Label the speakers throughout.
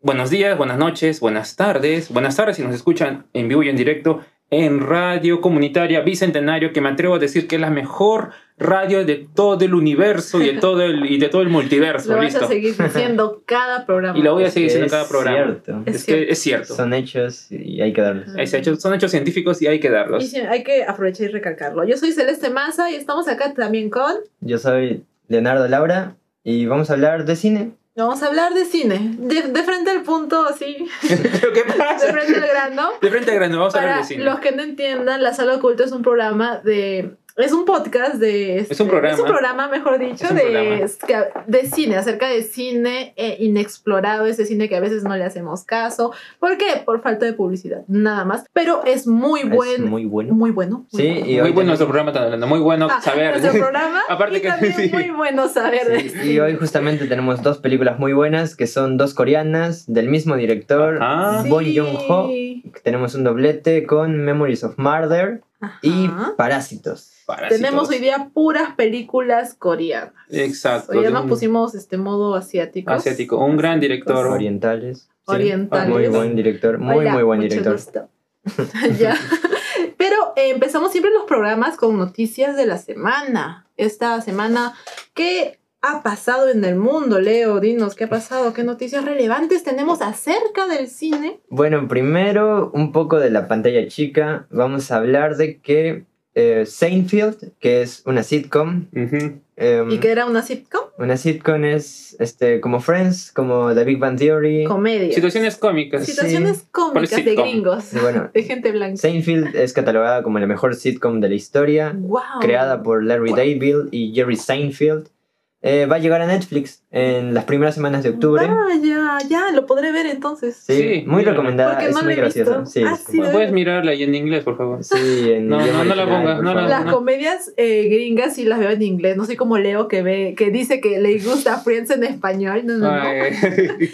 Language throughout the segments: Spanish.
Speaker 1: Buenos días, buenas noches, buenas tardes. Buenas tardes si nos escuchan en vivo y en directo en Radio Comunitaria Bicentenario, que me atrevo a decir que es la mejor radio de todo el universo y de todo el, y de todo el multiverso.
Speaker 2: Lo vas
Speaker 1: ¿listo?
Speaker 2: a seguir diciendo cada programa.
Speaker 1: Y lo voy a
Speaker 3: Es
Speaker 1: seguir
Speaker 3: que
Speaker 1: diciendo en cada
Speaker 3: es
Speaker 1: programa.
Speaker 3: cierto.
Speaker 1: Es,
Speaker 2: Es
Speaker 1: que es cierto.
Speaker 3: Son hechos y hay que darles.
Speaker 2: Ajá.
Speaker 1: Es hecho- son hechos científicos y hay que
Speaker 2: Y
Speaker 1: darlos.
Speaker 2: sí, hay que aprovechar y recalcarlo. Yo soy Celeste Maza y estamos acá también con...
Speaker 3: Yo soy Leonardo Laura y vamos a hablar de cine.
Speaker 2: Vamos a hablar de cine. De, de frente al punto, así.
Speaker 1: ¿Pero qué
Speaker 2: De
Speaker 1: pasa?
Speaker 2: frente al grano.
Speaker 1: De frente a grande, vamos a hablar
Speaker 2: Para
Speaker 1: de cine.
Speaker 2: los que no entiendan, La Sala Oculta es un programa de... Es un podcast de... este,
Speaker 1: Es un programa.
Speaker 2: Es un programa, mejor dicho,
Speaker 1: Es un programa.
Speaker 2: de, es que- de cine, acerca de cine eh, inexplorado, ese cine que a veces no le hacemos caso. ¿Por qué? Por falta de publicidad, nada más. Pero es muy
Speaker 3: Es
Speaker 2: buen...
Speaker 3: muy bueno.
Speaker 2: Muy bueno. muy
Speaker 3: Sí,
Speaker 2: bueno.
Speaker 3: y
Speaker 1: Muy
Speaker 3: hoy
Speaker 1: bueno nuestro programa, tan hablando. Muy bueno
Speaker 2: Ah,
Speaker 1: saber.
Speaker 2: nuestro programa.
Speaker 1: Aparte
Speaker 2: y
Speaker 1: que-
Speaker 2: también
Speaker 1: sí.
Speaker 2: muy bueno saber de
Speaker 3: tenemos- sí, y hoy justamente tenemos dos películas muy buenas que son dos coreanas del mismo director,
Speaker 1: Ajá.
Speaker 3: Bong Joon-ho. Tenemos un doblete con Memories of Murder y
Speaker 2: Ajá.
Speaker 3: Parásitos.
Speaker 1: Parásitos.
Speaker 2: Tenemos hoy día puras películas coreanas.
Speaker 3: Ah,
Speaker 1: Exacto.
Speaker 2: Hoy
Speaker 1: de
Speaker 2: ya nos
Speaker 1: un
Speaker 2: pusimos este modo asiático.
Speaker 1: Asiático. Un gran director.
Speaker 3: Orientales. Sí,
Speaker 2: Orientales.
Speaker 3: Muy buen director, muy muy buen director.
Speaker 2: ya. Pero eh, empezamos siempre los programas con noticias de la semana. Esta semana, ¿qué ha pasado en el mundo, Leo? Dinos, ¿qué ha pasado? ¿Qué noticias relevantes tenemos acerca del cine?
Speaker 3: Bueno, primero un poco de la pantalla chica. Vamos a hablar de que eh, Seinfeld, que es una sitcom,
Speaker 1: Ujú.
Speaker 3: em,
Speaker 2: ¿Y que era una sitcom?
Speaker 3: una sitcom es este, como Friends, como The Big Bang Theory.
Speaker 2: Comedia.
Speaker 1: Situaciones cómicas.
Speaker 2: Situaciones cómicas
Speaker 1: Por
Speaker 2: de
Speaker 1: sitcom.
Speaker 2: gringos,
Speaker 3: Y bueno,
Speaker 2: de gente blanca.
Speaker 3: Seinfeld es catalogada como la mejor sitcom de la historia,
Speaker 2: Wow.
Speaker 3: creada por Larry
Speaker 1: Bueno.
Speaker 3: David y Jerry Seinfeld. Eh, va a llegar a Netflix en las primeras semanas de octubre.
Speaker 2: Ah. Vaya, ya, lo podré ver entonces.
Speaker 3: Sí,
Speaker 1: Sí,
Speaker 3: muy
Speaker 1: mira.
Speaker 3: recomendada,
Speaker 2: Porque
Speaker 3: es
Speaker 2: no la
Speaker 3: muy
Speaker 2: he visto.
Speaker 3: graciosa. Sí,
Speaker 2: Ah,
Speaker 3: sí.
Speaker 2: sí.
Speaker 1: Puedes mirarla ahí en inglés, por favor.
Speaker 3: Sí, en
Speaker 1: No, no,
Speaker 3: idioma
Speaker 1: no la
Speaker 3: original,
Speaker 1: pongas,
Speaker 3: por
Speaker 1: no la-
Speaker 3: favor.
Speaker 2: Las comedias eh, gringas sí las veo en inglés. No soy como Leo que ve, que dice que le gusta Friends en español. No, no,
Speaker 1: Ah.
Speaker 2: no.
Speaker 1: Ay,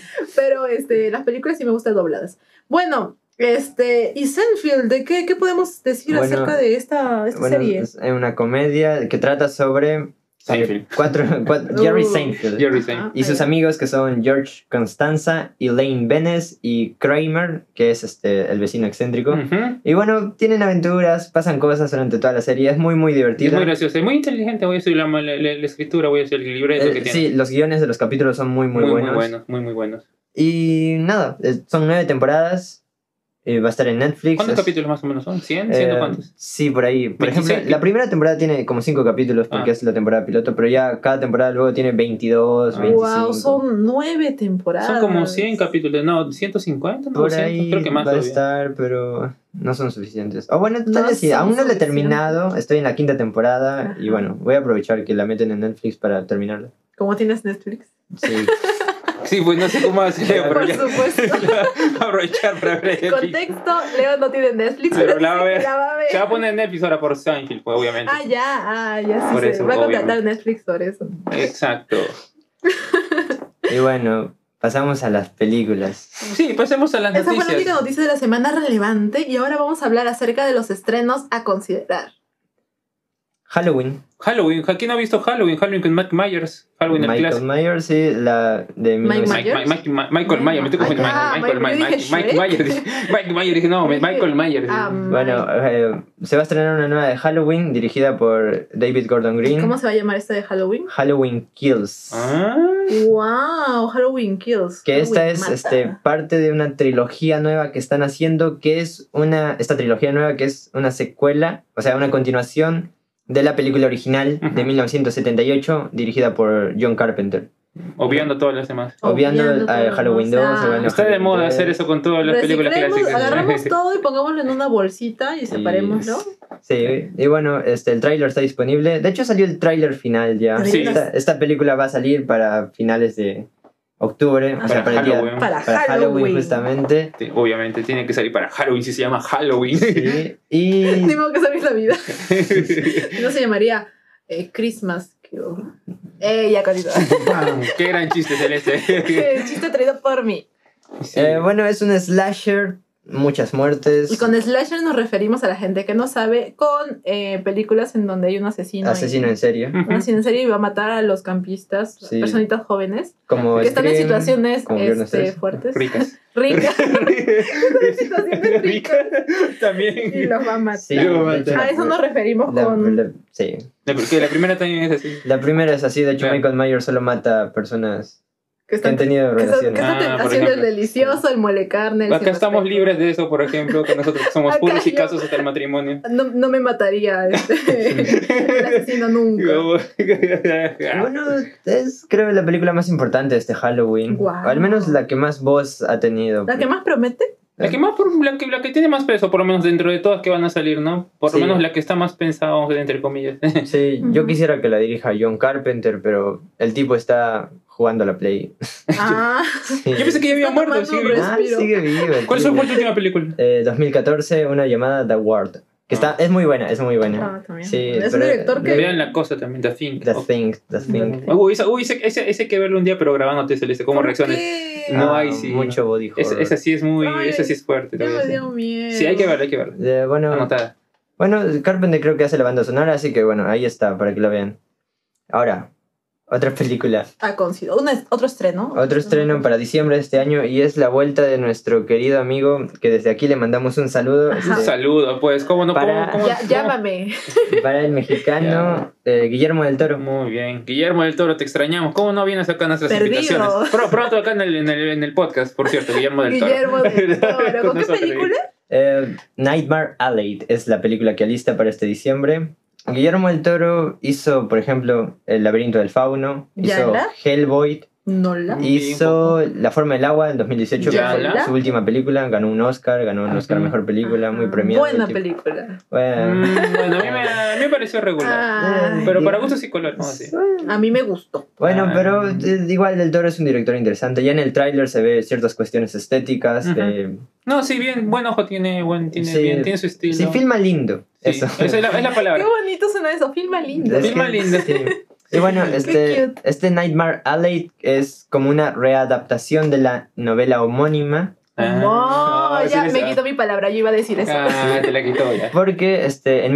Speaker 2: Pero este, las películas sí me gustan dobladas. Bueno, este, y Seinfeld, ¿de qué, qué podemos decir
Speaker 3: Bueno,
Speaker 2: acerca de esta, esta
Speaker 3: Bueno,
Speaker 2: serie?
Speaker 3: es una comedia que trata sobre eh,
Speaker 1: Seinfeld.
Speaker 3: cuatro, cuatro- Jerry
Speaker 2: Uh,
Speaker 3: Seinfeld
Speaker 1: Jerry
Speaker 2: Ajá.
Speaker 1: Seinfeld.
Speaker 3: y sus
Speaker 2: Ahí.
Speaker 3: amigos que son George Constanza, Elaine Benes y Kramer, que es este el vecino
Speaker 2: Ah.
Speaker 3: excéntrico.
Speaker 1: Ujú.
Speaker 3: Y bueno, tienen aventuras, pasan cosas durante toda la serie, es muy muy
Speaker 1: Y Es
Speaker 3: divertida.
Speaker 1: muy gracioso, es muy inteligente. Voy a subir la, la- la- la escritura, voy a hacer el libreto
Speaker 3: Eh,
Speaker 1: que tiene.
Speaker 3: sí, los guiones de los capítulos son muy muy,
Speaker 1: muy,
Speaker 3: buenos.
Speaker 1: muy buenos, muy, muy buenos.
Speaker 3: Y nada, eh, son nueve temporadas, eh, va a estar en Netflix.
Speaker 1: ¿Cuántos
Speaker 3: es-
Speaker 1: capítulos más o menos son? ¿100? ¿100
Speaker 3: Eh,
Speaker 1: cuántos?
Speaker 3: Sí, por ahí. Por
Speaker 1: 26
Speaker 3: ejemplo, la primera temporada tiene como 5 capítulos porque
Speaker 1: Ah.
Speaker 3: es la temporada piloto, pero ya cada temporada luego tiene 22,
Speaker 1: Ah.
Speaker 3: 25.
Speaker 2: Wow, son nueve temporadas.
Speaker 1: Son como 100 capítulos, no, 150, no,
Speaker 3: por
Speaker 1: 200,
Speaker 3: ahí
Speaker 1: creo que más
Speaker 3: va a
Speaker 1: todavía.
Speaker 3: estar, pero no son suficientes. O bueno, tal
Speaker 2: No
Speaker 3: vez sí,
Speaker 2: son
Speaker 3: aún no la he
Speaker 2: suficientes.
Speaker 3: terminado, estoy en la quinta temporada y
Speaker 2: Ajá.
Speaker 3: bueno, voy a aprovechar que la meten en Netflix para terminarla.
Speaker 2: ¿Cómo tienes Netflix?
Speaker 3: Sí.
Speaker 1: Sí, pues no sé cómo hacerlo, pero
Speaker 2: Por
Speaker 1: ya.
Speaker 2: supuesto.
Speaker 1: Aprovechar para ver el
Speaker 2: Contexto, Leo no tiene Netflix,
Speaker 1: Pero
Speaker 2: pero,
Speaker 1: la va a ver.
Speaker 2: la va a ver.
Speaker 1: Se va a poner Netflix ahora por Seinfeld, pues, obviamente.
Speaker 2: Ah, ya, ah, ya sí.
Speaker 1: Por
Speaker 2: sé.
Speaker 1: eso,
Speaker 2: va a contratar
Speaker 1: obviamente.
Speaker 2: Netflix por eso.
Speaker 1: Exacto.
Speaker 3: Y bueno, pasamos a las películas.
Speaker 1: Sí, pasemos a las
Speaker 2: Esa fue la única
Speaker 1: noticias.
Speaker 2: noticia de la semana relevante y ahora vamos a hablar acerca de los estrenos a considerar.
Speaker 3: Halloween.
Speaker 1: Halloween, aquí no ha visto Halloween, Halloween con Mike Myers, Halloween el
Speaker 3: Michael
Speaker 1: clásico.
Speaker 3: Myers, sí, la de
Speaker 2: Mike
Speaker 3: 1900.
Speaker 1: Mike, Mike, Mike, Mike- Michael Myers, me estoy confundiendo.
Speaker 2: Ah,
Speaker 1: Michael, Michael,
Speaker 2: yo
Speaker 1: Myers,
Speaker 2: dije
Speaker 1: Mike, Mike Myers. Mike Myers, dije, no,
Speaker 2: Dije,
Speaker 1: Michael Myers.
Speaker 2: ah,
Speaker 3: Bueno, eh, se va a estrenar una nueva de Halloween dirigida por David Gordon Green.
Speaker 2: ¿Cómo se va a llamar esta de Halloween?
Speaker 3: Halloween Kills.
Speaker 1: Ah,
Speaker 2: ¡Wow! Halloween Kills.
Speaker 3: Que esta
Speaker 2: Halloween
Speaker 3: es
Speaker 2: mata.
Speaker 3: este, parte de una trilogía nueva que están haciendo, que es una, esta trilogía nueva que es una secuela, o sea, una continuación de la película original de
Speaker 1: Ujú.
Speaker 3: 1978 dirigida por John Carpenter.
Speaker 1: obviando todas las demás.
Speaker 3: Obviando,
Speaker 2: Obviando
Speaker 3: a
Speaker 2: todo,
Speaker 3: Halloween
Speaker 2: o sea,
Speaker 3: 2, obviando
Speaker 1: Está de
Speaker 3: Halloween
Speaker 1: moda
Speaker 3: 3.
Speaker 1: hacer eso con todas las películas
Speaker 2: Reciclemos,
Speaker 1: clásicas.
Speaker 2: agarramos todo y pongámoslo en una bolsita y separémoslo.
Speaker 3: Sí, y bueno, este, el tráiler está disponible. De hecho, salió el tráiler final ya.
Speaker 2: Sí.
Speaker 3: Esta, esta película va a salir para finales de octubre, o sea,
Speaker 1: Para
Speaker 3: para el día-
Speaker 1: Halloween.
Speaker 2: Para,
Speaker 3: para
Speaker 2: Halloween.
Speaker 3: Halloween justamente.
Speaker 1: Sí, Obviamente tiene que salir para Halloween si se llama Halloween.
Speaker 3: Sí, y
Speaker 2: Ni modo que sabéis la vida. No se llamaría eh, Christmas. que- Eh, ya, carito.
Speaker 1: ¡Pam! ¡Qué gran chiste celeste!
Speaker 2: Chiste traído por mí.
Speaker 1: Sí.
Speaker 3: eh, bueno, es un slasher, muchas muertes,
Speaker 2: Y con slasher nos referimos a la gente que no sabe con eh, películas en donde hay un asesino.
Speaker 3: asesino en
Speaker 1: Mm.
Speaker 3: serio,
Speaker 2: Un asesino en serie y va a matar a los campistas,
Speaker 3: Sí.
Speaker 2: personitas jóvenes,
Speaker 3: como
Speaker 2: que están en
Speaker 3: Scream,
Speaker 2: situaciones
Speaker 3: como Viernes
Speaker 2: este,
Speaker 3: 13.
Speaker 2: fuertes,
Speaker 1: Ricas.
Speaker 2: ricas, situaciones
Speaker 1: Ricas.
Speaker 2: y
Speaker 1: También.
Speaker 2: los va a matar.
Speaker 3: Sí,
Speaker 1: Luego
Speaker 3: de
Speaker 1: mata.
Speaker 3: hecho,
Speaker 2: A eso
Speaker 1: pues.
Speaker 2: nos referimos
Speaker 3: la-
Speaker 2: con...
Speaker 3: la- sí,
Speaker 1: No, porque la primera también es así.
Speaker 3: la primera es así, de hecho
Speaker 1: Claro.
Speaker 3: Michael Myers solo mata personas
Speaker 2: que
Speaker 3: que han
Speaker 2: están
Speaker 3: tenido
Speaker 2: que están- que
Speaker 3: relaciones.
Speaker 1: Ah,
Speaker 2: están
Speaker 1: por
Speaker 2: haciendo el
Speaker 1: ejemplo.
Speaker 2: delicioso, el mole carne. el sin
Speaker 1: Acá estamos
Speaker 2: respeto.
Speaker 1: libres de eso, por ejemplo, que nosotros que somos
Speaker 2: Acá
Speaker 1: puros y
Speaker 2: yo-
Speaker 1: casos hasta el matrimonio.
Speaker 2: No, no me mataría este, el asesino nunca.
Speaker 1: Ah.
Speaker 3: Bueno, es creo la película más importante de este Halloween.
Speaker 2: Guau.
Speaker 3: O al menos la que más voz ha tenido.
Speaker 2: La que más promete,
Speaker 1: La que más por- la que, la que tiene más peso, por lo menos dentro de todas que van a salir, ¿no? Por lo
Speaker 3: Sí.
Speaker 1: menos la que está más pensada, vamos a decir, entre comillas.
Speaker 3: Sí,
Speaker 2: Ujú.
Speaker 3: yo quisiera que la dirija John Carpenter, pero el tipo está jugando a la Play.
Speaker 2: ah,
Speaker 3: Sí.
Speaker 1: Yo pensé que ya había
Speaker 2: Está
Speaker 1: muerto.
Speaker 2: tomando
Speaker 1: sí.
Speaker 2: un respiro.
Speaker 3: Ah, sigue vivo. el
Speaker 1: ¿Cuál
Speaker 3: tipo.
Speaker 1: fue tu última película?
Speaker 3: Eh, 2014, una llamada The Ward. Que
Speaker 1: Ah.
Speaker 3: está, es muy buena, es muy buena.
Speaker 2: ah, también.
Speaker 3: Sí,
Speaker 2: es un
Speaker 3: pero-
Speaker 2: director que...
Speaker 1: Vean la cosa también, The Thing.
Speaker 3: The
Speaker 1: Oh.
Speaker 3: Thing, The Thing.
Speaker 1: Uy, esa- uy, ese, ese, ese hay que verlo un día, pero grabándote, Celeste, ¿cómo
Speaker 2: ¿Por
Speaker 1: reacciones?
Speaker 2: qué?
Speaker 1: No.
Speaker 3: Ah,
Speaker 1: hay, sí.
Speaker 3: Mucho body
Speaker 1: Es-
Speaker 3: horror.
Speaker 1: esa sí es muy,
Speaker 2: Ay,
Speaker 1: esa sí es fuerte.
Speaker 2: Ya
Speaker 1: todavía,
Speaker 2: me
Speaker 1: sí.
Speaker 2: dio miedo.
Speaker 1: Sí, hay que verla, hay que verla.
Speaker 3: Eh, bueno,
Speaker 1: Anotada.
Speaker 3: bueno, Carpenter creo que hace la banda sonora, así que bueno, ahí está, para que la vean. Ahora, otra película.
Speaker 2: Ah, coincido. Un es- otro estreno.
Speaker 3: Otro estreno para diciembre de este año y es la vuelta de nuestro querido amigo que desde aquí le mandamos un saludo
Speaker 2: Ajá.
Speaker 1: Un
Speaker 3: este,
Speaker 1: saludo, pues, ¿cómo no?
Speaker 3: Para-
Speaker 1: ¿Cómo- cómo-
Speaker 2: Ya-
Speaker 1: cómo-
Speaker 2: llámame.
Speaker 3: para el mexicano eh, Guillermo del Toro.
Speaker 1: Muy bien. Guillermo del Toro, te extrañamos. ¿Cómo no vienes acá a nuestras
Speaker 2: Perdido.
Speaker 1: invitaciones? Pro- pronto acá en el, en, el, en el podcast, por cierto, Guillermo del Toro.
Speaker 2: Guillermo del Toro.
Speaker 1: Con
Speaker 2: ¿Con qué
Speaker 1: nosotros.
Speaker 2: película?
Speaker 3: Eh, Nightmare Alley es la película que alista para este diciembre. Guillermo del Toro hizo, por ejemplo, El laberinto del fauno, hizo
Speaker 2: ¿Yala?
Speaker 3: Hellboy,
Speaker 2: No la.
Speaker 1: Y-
Speaker 3: hizo La forma del agua en 2018, que
Speaker 1: ¿Yala?
Speaker 3: fue su última película, ganó un Oscar, ganó un Oscar
Speaker 1: Ajá.
Speaker 3: mejor película, muy
Speaker 2: Ah,
Speaker 3: premiada.
Speaker 2: Buena película.
Speaker 3: Bueno,
Speaker 1: Mm, bueno, a mí, me, a mí me pareció
Speaker 2: Ah,
Speaker 1: regular.
Speaker 2: Ay,
Speaker 1: pero para gustos y color, vamos a decir.
Speaker 3: bueno,
Speaker 2: a mí me gustó.
Speaker 3: Bueno,
Speaker 1: Oh, Ah.
Speaker 3: pero eh, igual Del Toro es un director interesante. Ya en el tráiler se ve ciertas cuestiones estéticas.
Speaker 1: Ujú.
Speaker 3: eh,
Speaker 1: No, sí, bien, buen ojo tiene, buen, tiene,
Speaker 3: Sí.
Speaker 1: bien, tiene su estilo.
Speaker 3: se filma lindo.
Speaker 1: Sí,
Speaker 3: Eso.
Speaker 1: esa es la, es la
Speaker 2: Qué
Speaker 1: palabra.
Speaker 2: bonito suena eso. Filma lindo.
Speaker 3: Es
Speaker 1: Filma
Speaker 3: que-
Speaker 1: lindo.
Speaker 3: sí. Y bueno,
Speaker 2: Qué
Speaker 3: este,
Speaker 2: cute.
Speaker 3: este Nightmare Alley es como una readaptación de la novela homónima.
Speaker 2: No,
Speaker 1: Ah,
Speaker 2: ya
Speaker 1: sí,
Speaker 2: me
Speaker 1: esa.
Speaker 2: quito mi palabra. Yo iba a decir eso.
Speaker 1: Ah, te la quitó ya.
Speaker 3: Porque este, en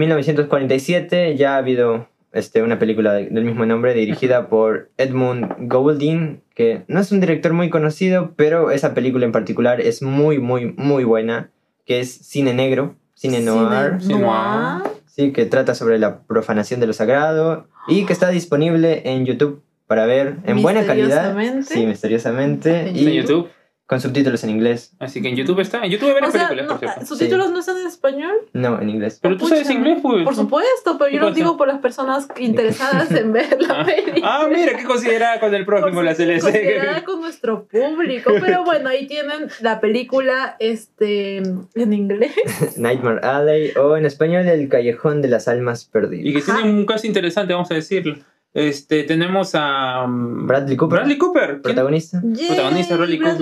Speaker 3: 1947 ya ha habido este, una película de- del mismo nombre dirigida por Edmund Golding, que no es un director muy conocido, pero esa película en particular es muy, muy, muy buena, que es Cine Negro, Cine Noir,
Speaker 1: Cine noir.
Speaker 3: sí, que trata sobre la profanación de lo sagrado y que está disponible en YouTube para ver en buena calidad.
Speaker 2: Misteriosamente.
Speaker 3: Sí, misteriosamente.
Speaker 2: En
Speaker 1: Está en
Speaker 3: Y
Speaker 1: YouTube.
Speaker 3: con subtítulos en inglés.
Speaker 1: Así que en YouTube está. En YouTube hay
Speaker 2: O
Speaker 1: varias
Speaker 2: sea,
Speaker 1: películas, por
Speaker 2: no,
Speaker 1: cierto.
Speaker 2: ¿sus
Speaker 3: Sí.
Speaker 2: títulos no están en español?
Speaker 3: No, en inglés.
Speaker 1: Pero tú
Speaker 2: pucha,
Speaker 1: sabes inglés, pues.
Speaker 2: Por supuesto, pero yo lo
Speaker 1: Entonces-
Speaker 2: digo por las personas interesadas en ver la película.
Speaker 1: Ah, mira, qué considerada con el prójimo la
Speaker 2: Considerada
Speaker 1: CLC.
Speaker 2: con nuestro público. Pero bueno, ahí tienen la película este, en inglés.
Speaker 3: Nightmare Alley o en español El Callejón de las Almas
Speaker 1: Y
Speaker 3: Perdidas.
Speaker 1: que tiene un caso interesante, vamos a decirlo. Este, tenemos a. mm,
Speaker 3: Bradley Cooper,
Speaker 1: Bradley Cooper. ¿Quién-
Speaker 3: protagonista.
Speaker 1: Protagonista Bradley Cooper.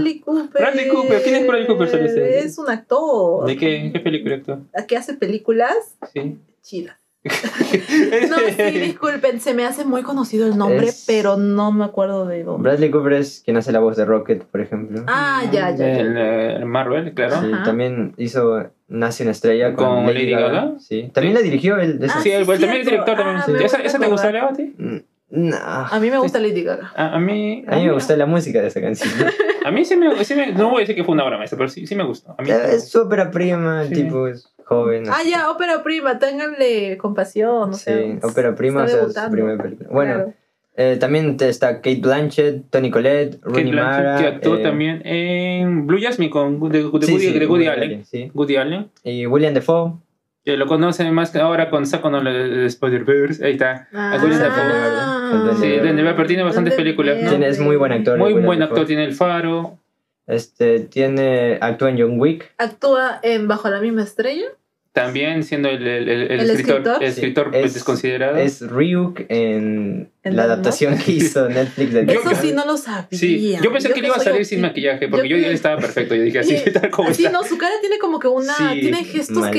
Speaker 2: Cooper.
Speaker 1: Bradley Cooper. ¿Quién es Bradley Cooper, Celeste?
Speaker 2: Es un actor.
Speaker 1: ¿De qué, qué película actuó?
Speaker 2: Que hace películas
Speaker 1: Sí.
Speaker 2: chidas. No, sí, disculpen, se me hace muy conocido el nombre,
Speaker 3: Es-
Speaker 2: pero no me acuerdo de dónde.
Speaker 3: Bradley Cooper es quien hace la voz de Rocket, por ejemplo.
Speaker 2: Ah, ya, ya, ya.
Speaker 1: El, eh, Marvel, claro.
Speaker 3: Sí,
Speaker 2: Ajá.
Speaker 3: también hizo Nace una estrella con,
Speaker 1: Con Lady
Speaker 3: Lady Gaga.
Speaker 1: Gaga.
Speaker 3: Sí. También
Speaker 1: Sí.
Speaker 3: la dirigió él. esa-
Speaker 2: Ah,
Speaker 1: Sí, el,
Speaker 2: sí,
Speaker 1: también el
Speaker 2: cierto.
Speaker 1: director también.
Speaker 2: Ah,
Speaker 1: sí.
Speaker 2: me
Speaker 1: ¿Esa,
Speaker 2: gusta
Speaker 1: esa te gustó,
Speaker 2: acordar.
Speaker 1: Leo, a ti?
Speaker 3: No.
Speaker 2: A
Speaker 3: A
Speaker 2: mí me gusta Lady Gaga.
Speaker 1: A, a mí.
Speaker 3: mí me gustó la música de esa canción.
Speaker 1: A mí sí me, sí me- No voy a decir que fue una obra maestra, pero sí, sí me gustó. A mí sí me
Speaker 3: es su ópera prima, el
Speaker 1: Sí.
Speaker 3: tipo es joven.
Speaker 2: Ah, ya, ópera prima, ténganle compasión, o
Speaker 3: Sí,
Speaker 2: sea. pues,
Speaker 3: ópera prima, o
Speaker 2: está
Speaker 3: sea, su
Speaker 2: debutando.
Speaker 3: primera película. Bueno,
Speaker 2: Claro.
Speaker 3: eh, también te- está Kate Blanchett, Tony Collette,
Speaker 1: Kate
Speaker 3: Rooney
Speaker 1: Blanchett,
Speaker 3: Mara.
Speaker 1: que actuó
Speaker 3: eh,
Speaker 1: también en Blue Jasmine con de, de
Speaker 3: sí,
Speaker 1: Woody,
Speaker 3: sí,
Speaker 1: de Woody
Speaker 3: Woody
Speaker 1: Allen.
Speaker 3: Allen, sí.
Speaker 1: Woody Allen.
Speaker 3: Y William Defoe.
Speaker 1: Que lo conocen más que ahora con Sacono de de Spider-Verse. Ahí está. Algunos de fondo,
Speaker 2: Ah.
Speaker 3: ¿verdad?
Speaker 1: Sí, Duende Verde, pero tiene bastantes
Speaker 2: Duende
Speaker 1: películas, ¿no?
Speaker 2: Verde.
Speaker 3: Tiene- es muy buen actor.
Speaker 1: Muy
Speaker 3: William
Speaker 1: buen
Speaker 3: Dafoe.
Speaker 1: actor, tiene el faro.
Speaker 3: Este, tiene, actúa en John Wick.
Speaker 2: Actúa en Bajo la misma estrella.
Speaker 1: también siendo el, el- el- el
Speaker 2: ¿El
Speaker 1: escritor,
Speaker 2: escritor?
Speaker 1: el escritor,
Speaker 3: Sí.
Speaker 1: pues,
Speaker 3: Es-
Speaker 1: desconsiderado.
Speaker 3: Es Ryuk en
Speaker 2: ¿En
Speaker 3: la
Speaker 2: Death
Speaker 3: adaptación que hizo Netflix de
Speaker 1: Yo-
Speaker 2: Eso sí no lo sabía.
Speaker 1: sí, yo pensé que le iba a
Speaker 2: soy
Speaker 1: salir
Speaker 2: opti-
Speaker 1: sin maquillaje, porque yo,
Speaker 2: que-
Speaker 1: ya estaba perfecto. Yo dije así,
Speaker 2: Sí,
Speaker 1: tal como
Speaker 2: Sí,
Speaker 1: está.
Speaker 2: no, su cara tiene como que una.
Speaker 3: Sí,
Speaker 2: tiene gestos
Speaker 3: maldad.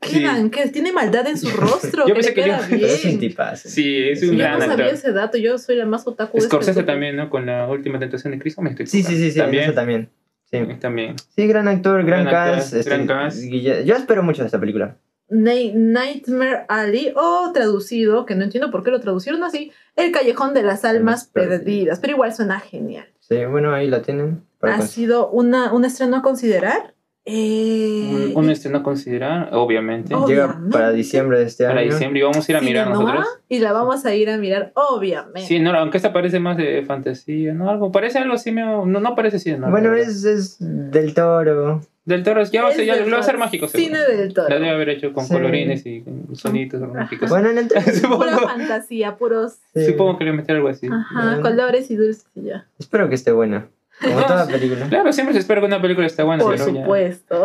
Speaker 2: que quedan, que tiene maldad en su rostro.
Speaker 1: Yo
Speaker 2: que
Speaker 1: pensé
Speaker 2: le
Speaker 1: que
Speaker 2: queda
Speaker 1: yo-
Speaker 3: Pero es un
Speaker 2: bien.
Speaker 3: tipazo.
Speaker 1: Sí, es
Speaker 3: Sí,
Speaker 1: un
Speaker 3: yo
Speaker 2: Yo no
Speaker 1: gran
Speaker 2: sabía
Speaker 1: actor.
Speaker 2: ese dato, yo soy la más otaku de este
Speaker 1: Scorsese
Speaker 2: grupo.
Speaker 1: también, ¿no? Con la última tentación de Cristo. ¿me estoy
Speaker 3: Sí, sí, sí, sí, en
Speaker 1: También. eh,
Speaker 3: eso también. Sí.
Speaker 1: También.
Speaker 3: Sí, gran actor, gran,
Speaker 1: Gran actor,
Speaker 3: cast. este,
Speaker 1: gran cast.
Speaker 3: Guille- Yo espero mucho de esta película.
Speaker 2: Ni- Nightmare Alley o traducido, que no entiendo por qué lo traducieron así, El Callejón de las Almas
Speaker 3: Almas Perdidas.
Speaker 2: Perdidas, pero igual suena genial.
Speaker 3: Sí, bueno, ahí la tienen. para
Speaker 2: ha
Speaker 1: pues
Speaker 3: cons-
Speaker 2: sido una, un estreno a considerar. Eh,
Speaker 1: Un, un estreno a considerar, obviamente.
Speaker 2: Oh,
Speaker 3: Llega
Speaker 2: Obviamente.
Speaker 3: para diciembre de este año.
Speaker 1: para diciembre y vamos a ir a mirar
Speaker 2: Cinenoa,
Speaker 1: nosotros.
Speaker 2: Y la vamos a ir a mirar, obviamente.
Speaker 1: Sí, no, aunque esta parece más de fantasía, ¿no? Algo, parece algo así, medio- no, no parece así. No,
Speaker 3: Bueno,
Speaker 1: la verdad.
Speaker 3: es, es del toro.
Speaker 1: Del Toro, ya va a
Speaker 2: Es
Speaker 1: ser, ya
Speaker 2: del
Speaker 1: lo va a hacer
Speaker 2: Toro.
Speaker 1: mágico. seguro.
Speaker 2: Cine del
Speaker 1: La debe
Speaker 2: toro.
Speaker 1: haber hecho con
Speaker 3: Sí.
Speaker 1: colorines y con sonitos mágicos.
Speaker 3: Bueno, en el toro.
Speaker 2: Pura
Speaker 1: supongo,
Speaker 2: fantasía, puros.
Speaker 3: sí.
Speaker 1: Pues, supongo que le meter algo así.
Speaker 2: Ajá,
Speaker 3: Bueno.
Speaker 2: colores y dulces y ya.
Speaker 3: eh, Espero que esté buena. Como toda película.
Speaker 1: Claro, siempre se espera que una película esté buena.
Speaker 2: Por
Speaker 1: pero ya-
Speaker 2: supuesto.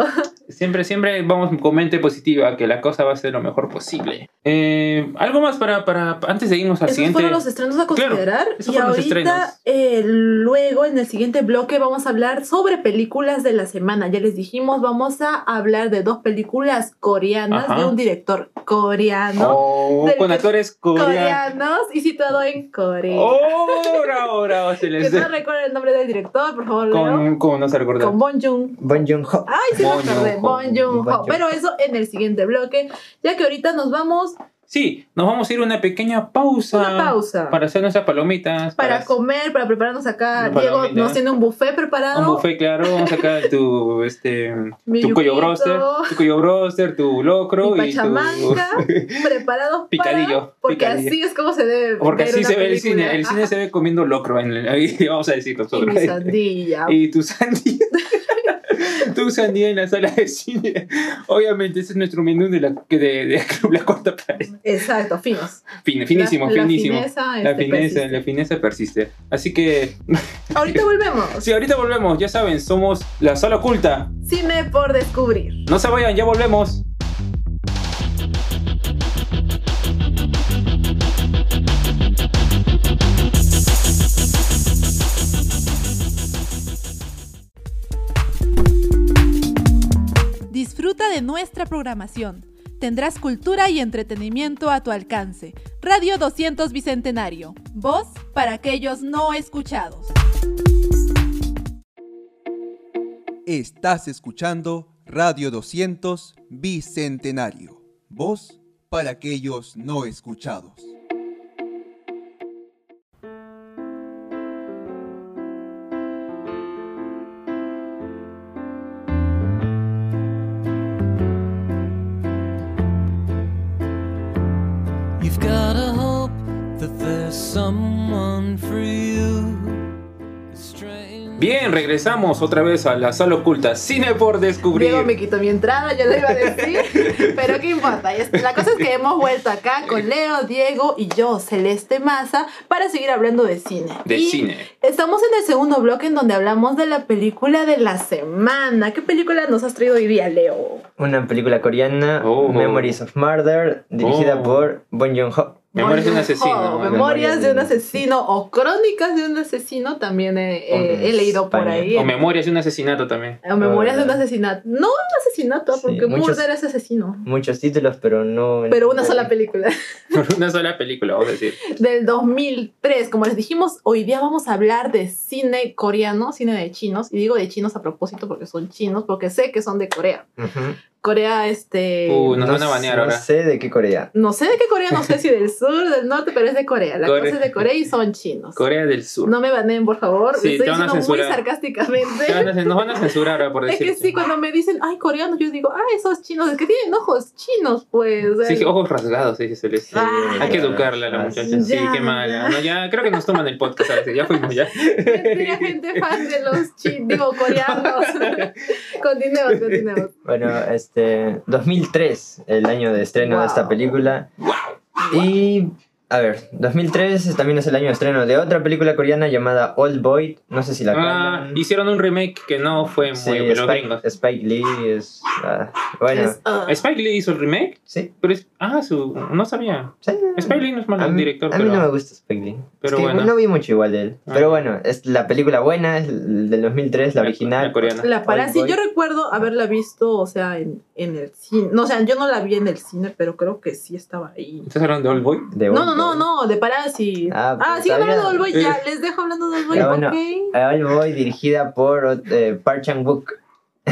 Speaker 1: Siempre, siempre vamos con mente positiva, que la cosa va a ser lo mejor posible. Eh, algo más para, para antes de irnos al
Speaker 2: Esos
Speaker 1: siguiente.
Speaker 2: fueron los estrenos a considerar.
Speaker 1: esos
Speaker 2: y
Speaker 1: fueron los
Speaker 2: ahorita,
Speaker 1: estrenos.
Speaker 2: eh, luego, en el siguiente bloque, vamos a hablar sobre películas de la semana. Ya les dijimos, vamos a hablar de dos películas coreanas
Speaker 1: Ajá.
Speaker 2: de un director coreano.
Speaker 1: Oh,
Speaker 2: Del-
Speaker 1: con actores coreanos.
Speaker 2: Coreanos y situado en Corea.
Speaker 1: Oh, ahora, ahora, se
Speaker 2: que
Speaker 1: les
Speaker 2: no recuerdo el nombre del director, por favor, Leo.
Speaker 1: con, con no se recuerda.
Speaker 2: Con Bon Joon
Speaker 3: Bon Joon-ho.
Speaker 2: Ay, sí,
Speaker 1: Bon
Speaker 2: me acordé.
Speaker 1: Joon-ho.
Speaker 2: Bon
Speaker 3: Bon
Speaker 2: Joon-ho.
Speaker 3: Joon-ho.
Speaker 2: Pero eso en el siguiente bloque, ya que ahorita nos vamos
Speaker 1: Sí, nos vamos a ir a una pequeña pausa.
Speaker 2: una pausa para,
Speaker 1: Ah, Para hacer nuestras palomitas.
Speaker 2: comer, para prepararnos acá.
Speaker 1: Para
Speaker 2: Diego
Speaker 1: dominar.
Speaker 2: nos tiene un buffet preparado.
Speaker 1: Un buffet, claro. Vamos a sacar tu, este,
Speaker 2: mi
Speaker 1: tu cuello
Speaker 2: yuquito,
Speaker 1: broster, tu cuello broster, tu locro
Speaker 2: mi
Speaker 1: y tu...
Speaker 2: pachamanca, preparados
Speaker 1: Picadillo,
Speaker 2: para... Porque
Speaker 1: picadillo.
Speaker 2: así es como se debe
Speaker 1: Porque
Speaker 2: ver
Speaker 1: así
Speaker 2: una
Speaker 1: se ve el
Speaker 2: película.
Speaker 1: cine. El cine
Speaker 2: Ajá.
Speaker 1: se ve comiendo locro, en el- ahí vamos a decir
Speaker 2: Y
Speaker 1: nosotros.
Speaker 2: mi sandía.
Speaker 1: Y tu sandía. tu sandía en la sala de cine. Obviamente, ese es nuestro menú de la, que de, de Club La Cuarta Pared.
Speaker 2: Exacto, finos.
Speaker 1: Fin- finísimo,
Speaker 2: La- la
Speaker 1: finísimo.
Speaker 2: fineza,
Speaker 1: la
Speaker 2: este,
Speaker 1: fineza,
Speaker 2: persiste.
Speaker 1: la fineza persiste. Así que,
Speaker 2: Ahorita volvemos.
Speaker 1: sí, ahorita volvemos. Ya saben, somos La Sala Oculta.
Speaker 2: Cine por descubrir.
Speaker 1: No se vayan, ya volvemos.
Speaker 4: Disfruta de nuestra programación. Tendrás cultura y entretenimiento a tu alcance. Radio 200 Bicentenario. Voz para aquellos no escuchados.
Speaker 5: Estás escuchando Radio 200 Bicentenario. Voz para aquellos no escuchados.
Speaker 6: You've gotta hope that there's someone for you. Strange.
Speaker 1: Bien, regresamos otra vez a La Sala Oculta. Cine por descubrir.
Speaker 2: Diego me quitó mi entrada, yo lo iba a decir, pero qué importa. es- La cosa es que hemos vuelto acá con Leo, Diego y yo, Celeste Maza, para seguir hablando de cine.
Speaker 1: De
Speaker 2: Y
Speaker 1: cine.
Speaker 2: Estamos en el segundo bloque en donde hablamos de la película de la semana. ¿Qué película nos has traído hoy día, Leo?
Speaker 3: Una película coreana,
Speaker 1: Oh.
Speaker 3: Memories of Murder, dirigida
Speaker 1: Oh.
Speaker 3: por Bon Joon-ho.
Speaker 1: Memorias de un
Speaker 2: Bueno,
Speaker 1: asesino.
Speaker 2: oh, Memorias de un asesino o Crónicas de un asesino también he, he- he leído por
Speaker 3: España.
Speaker 2: ahí.
Speaker 1: O Memorias de un asesinato también.
Speaker 2: O Memorias de un asesinato. No un asesinato,
Speaker 3: Sí,
Speaker 2: porque
Speaker 3: muchos- Eh.
Speaker 2: Murder es asesino.
Speaker 3: Muchos títulos, pero no...
Speaker 2: Pero una sola película.
Speaker 1: Por una sola película, vamos a decir.
Speaker 2: del 2003. Como les dijimos, hoy día vamos a hablar de cine coreano, cine de chinos. Y digo de chinos a propósito porque son chinos, porque sé que son de Corea.
Speaker 3: Ujú.
Speaker 2: Corea, este...
Speaker 1: Uh, nos van a
Speaker 3: s-
Speaker 1: banear
Speaker 3: no
Speaker 1: ahora.
Speaker 3: sé de qué Corea.
Speaker 2: No sé de qué Corea, no sé si del sur, del norte, pero es de Corea. La
Speaker 1: Corea.
Speaker 2: cosa es de Corea y son chinos.
Speaker 1: Corea del Sur.
Speaker 2: No me baneen, por favor.
Speaker 1: Sí,
Speaker 2: Me estoy
Speaker 1: te van a
Speaker 2: diciendo muy
Speaker 1: censurar.
Speaker 2: sarcásticamente.
Speaker 1: Te van a cen- nos van a censurar ahora por
Speaker 2: Es
Speaker 1: decir.
Speaker 2: que sí, cuando me dicen, ay, coreanos, yo digo, ah, esos chinos, es que tienen ojos chinos, pues. o sea,
Speaker 1: Sí, ojos rasgados, dice Celeste.
Speaker 2: Ah,
Speaker 1: Hay que educarla a la
Speaker 3: Ah,
Speaker 1: muchacha.
Speaker 2: sí.
Speaker 1: Sí,
Speaker 2: Ya,
Speaker 1: qué mala.
Speaker 2: ya.
Speaker 1: No, ya, creo que nos toman el podcast a veces. Ya fuimos, ya.
Speaker 2: Tiene gente fan de los chinos, digo, coreanos. continuemos, continuemos.
Speaker 3: Bueno, este... 2003, el año de estreno de
Speaker 2: Wow.
Speaker 3: esta película. Y A ver, 2003 también es el año de estreno de otra película coreana llamada Old Boy. No sé si la
Speaker 1: Ah,
Speaker 3: conocen.
Speaker 1: hicieron un remake que no fue muy
Speaker 3: Sí,
Speaker 1: bueno, los
Speaker 3: Spike,
Speaker 1: gringos.
Speaker 3: Spike Lee es. ah, bueno,
Speaker 2: Es, ah,
Speaker 1: Spike Lee hizo el remake,
Speaker 3: sí.
Speaker 1: pero es- ah, su, no sabía.
Speaker 3: sí.
Speaker 1: Spike Lee no es
Speaker 3: a
Speaker 1: mal
Speaker 3: mí,
Speaker 1: director,
Speaker 3: a mí
Speaker 1: pero
Speaker 3: no me gusta Spike Lee.
Speaker 1: pero
Speaker 3: es que
Speaker 1: bueno.
Speaker 3: no vi mucho igual de él.
Speaker 1: Ah.
Speaker 3: Pero bueno, es la película buena, es el del 2003, la
Speaker 1: la-
Speaker 3: original.
Speaker 1: la coreana.
Speaker 2: La parásito,
Speaker 3: Old
Speaker 2: yo
Speaker 3: Boy.
Speaker 2: recuerdo haberla visto, o sea, en, en el cine. No, o sea, yo no la vi en el cine, pero creo que sí estaba ahí.
Speaker 1: ¿Estás hablando de Old Boy?
Speaker 3: de
Speaker 2: No,
Speaker 3: Old
Speaker 2: no, no,
Speaker 3: Boy.
Speaker 2: no, de Parásito.
Speaker 3: Ah,
Speaker 2: Ah,
Speaker 3: pues,
Speaker 2: sigue
Speaker 3: sabía.
Speaker 2: hablando de Old Boy, ya,
Speaker 1: Eh.
Speaker 2: les dejo hablando de Old Boy,
Speaker 3: Ya, bueno.
Speaker 2: ok.
Speaker 3: Old Boy dirigida por eh, Park Chan-wook.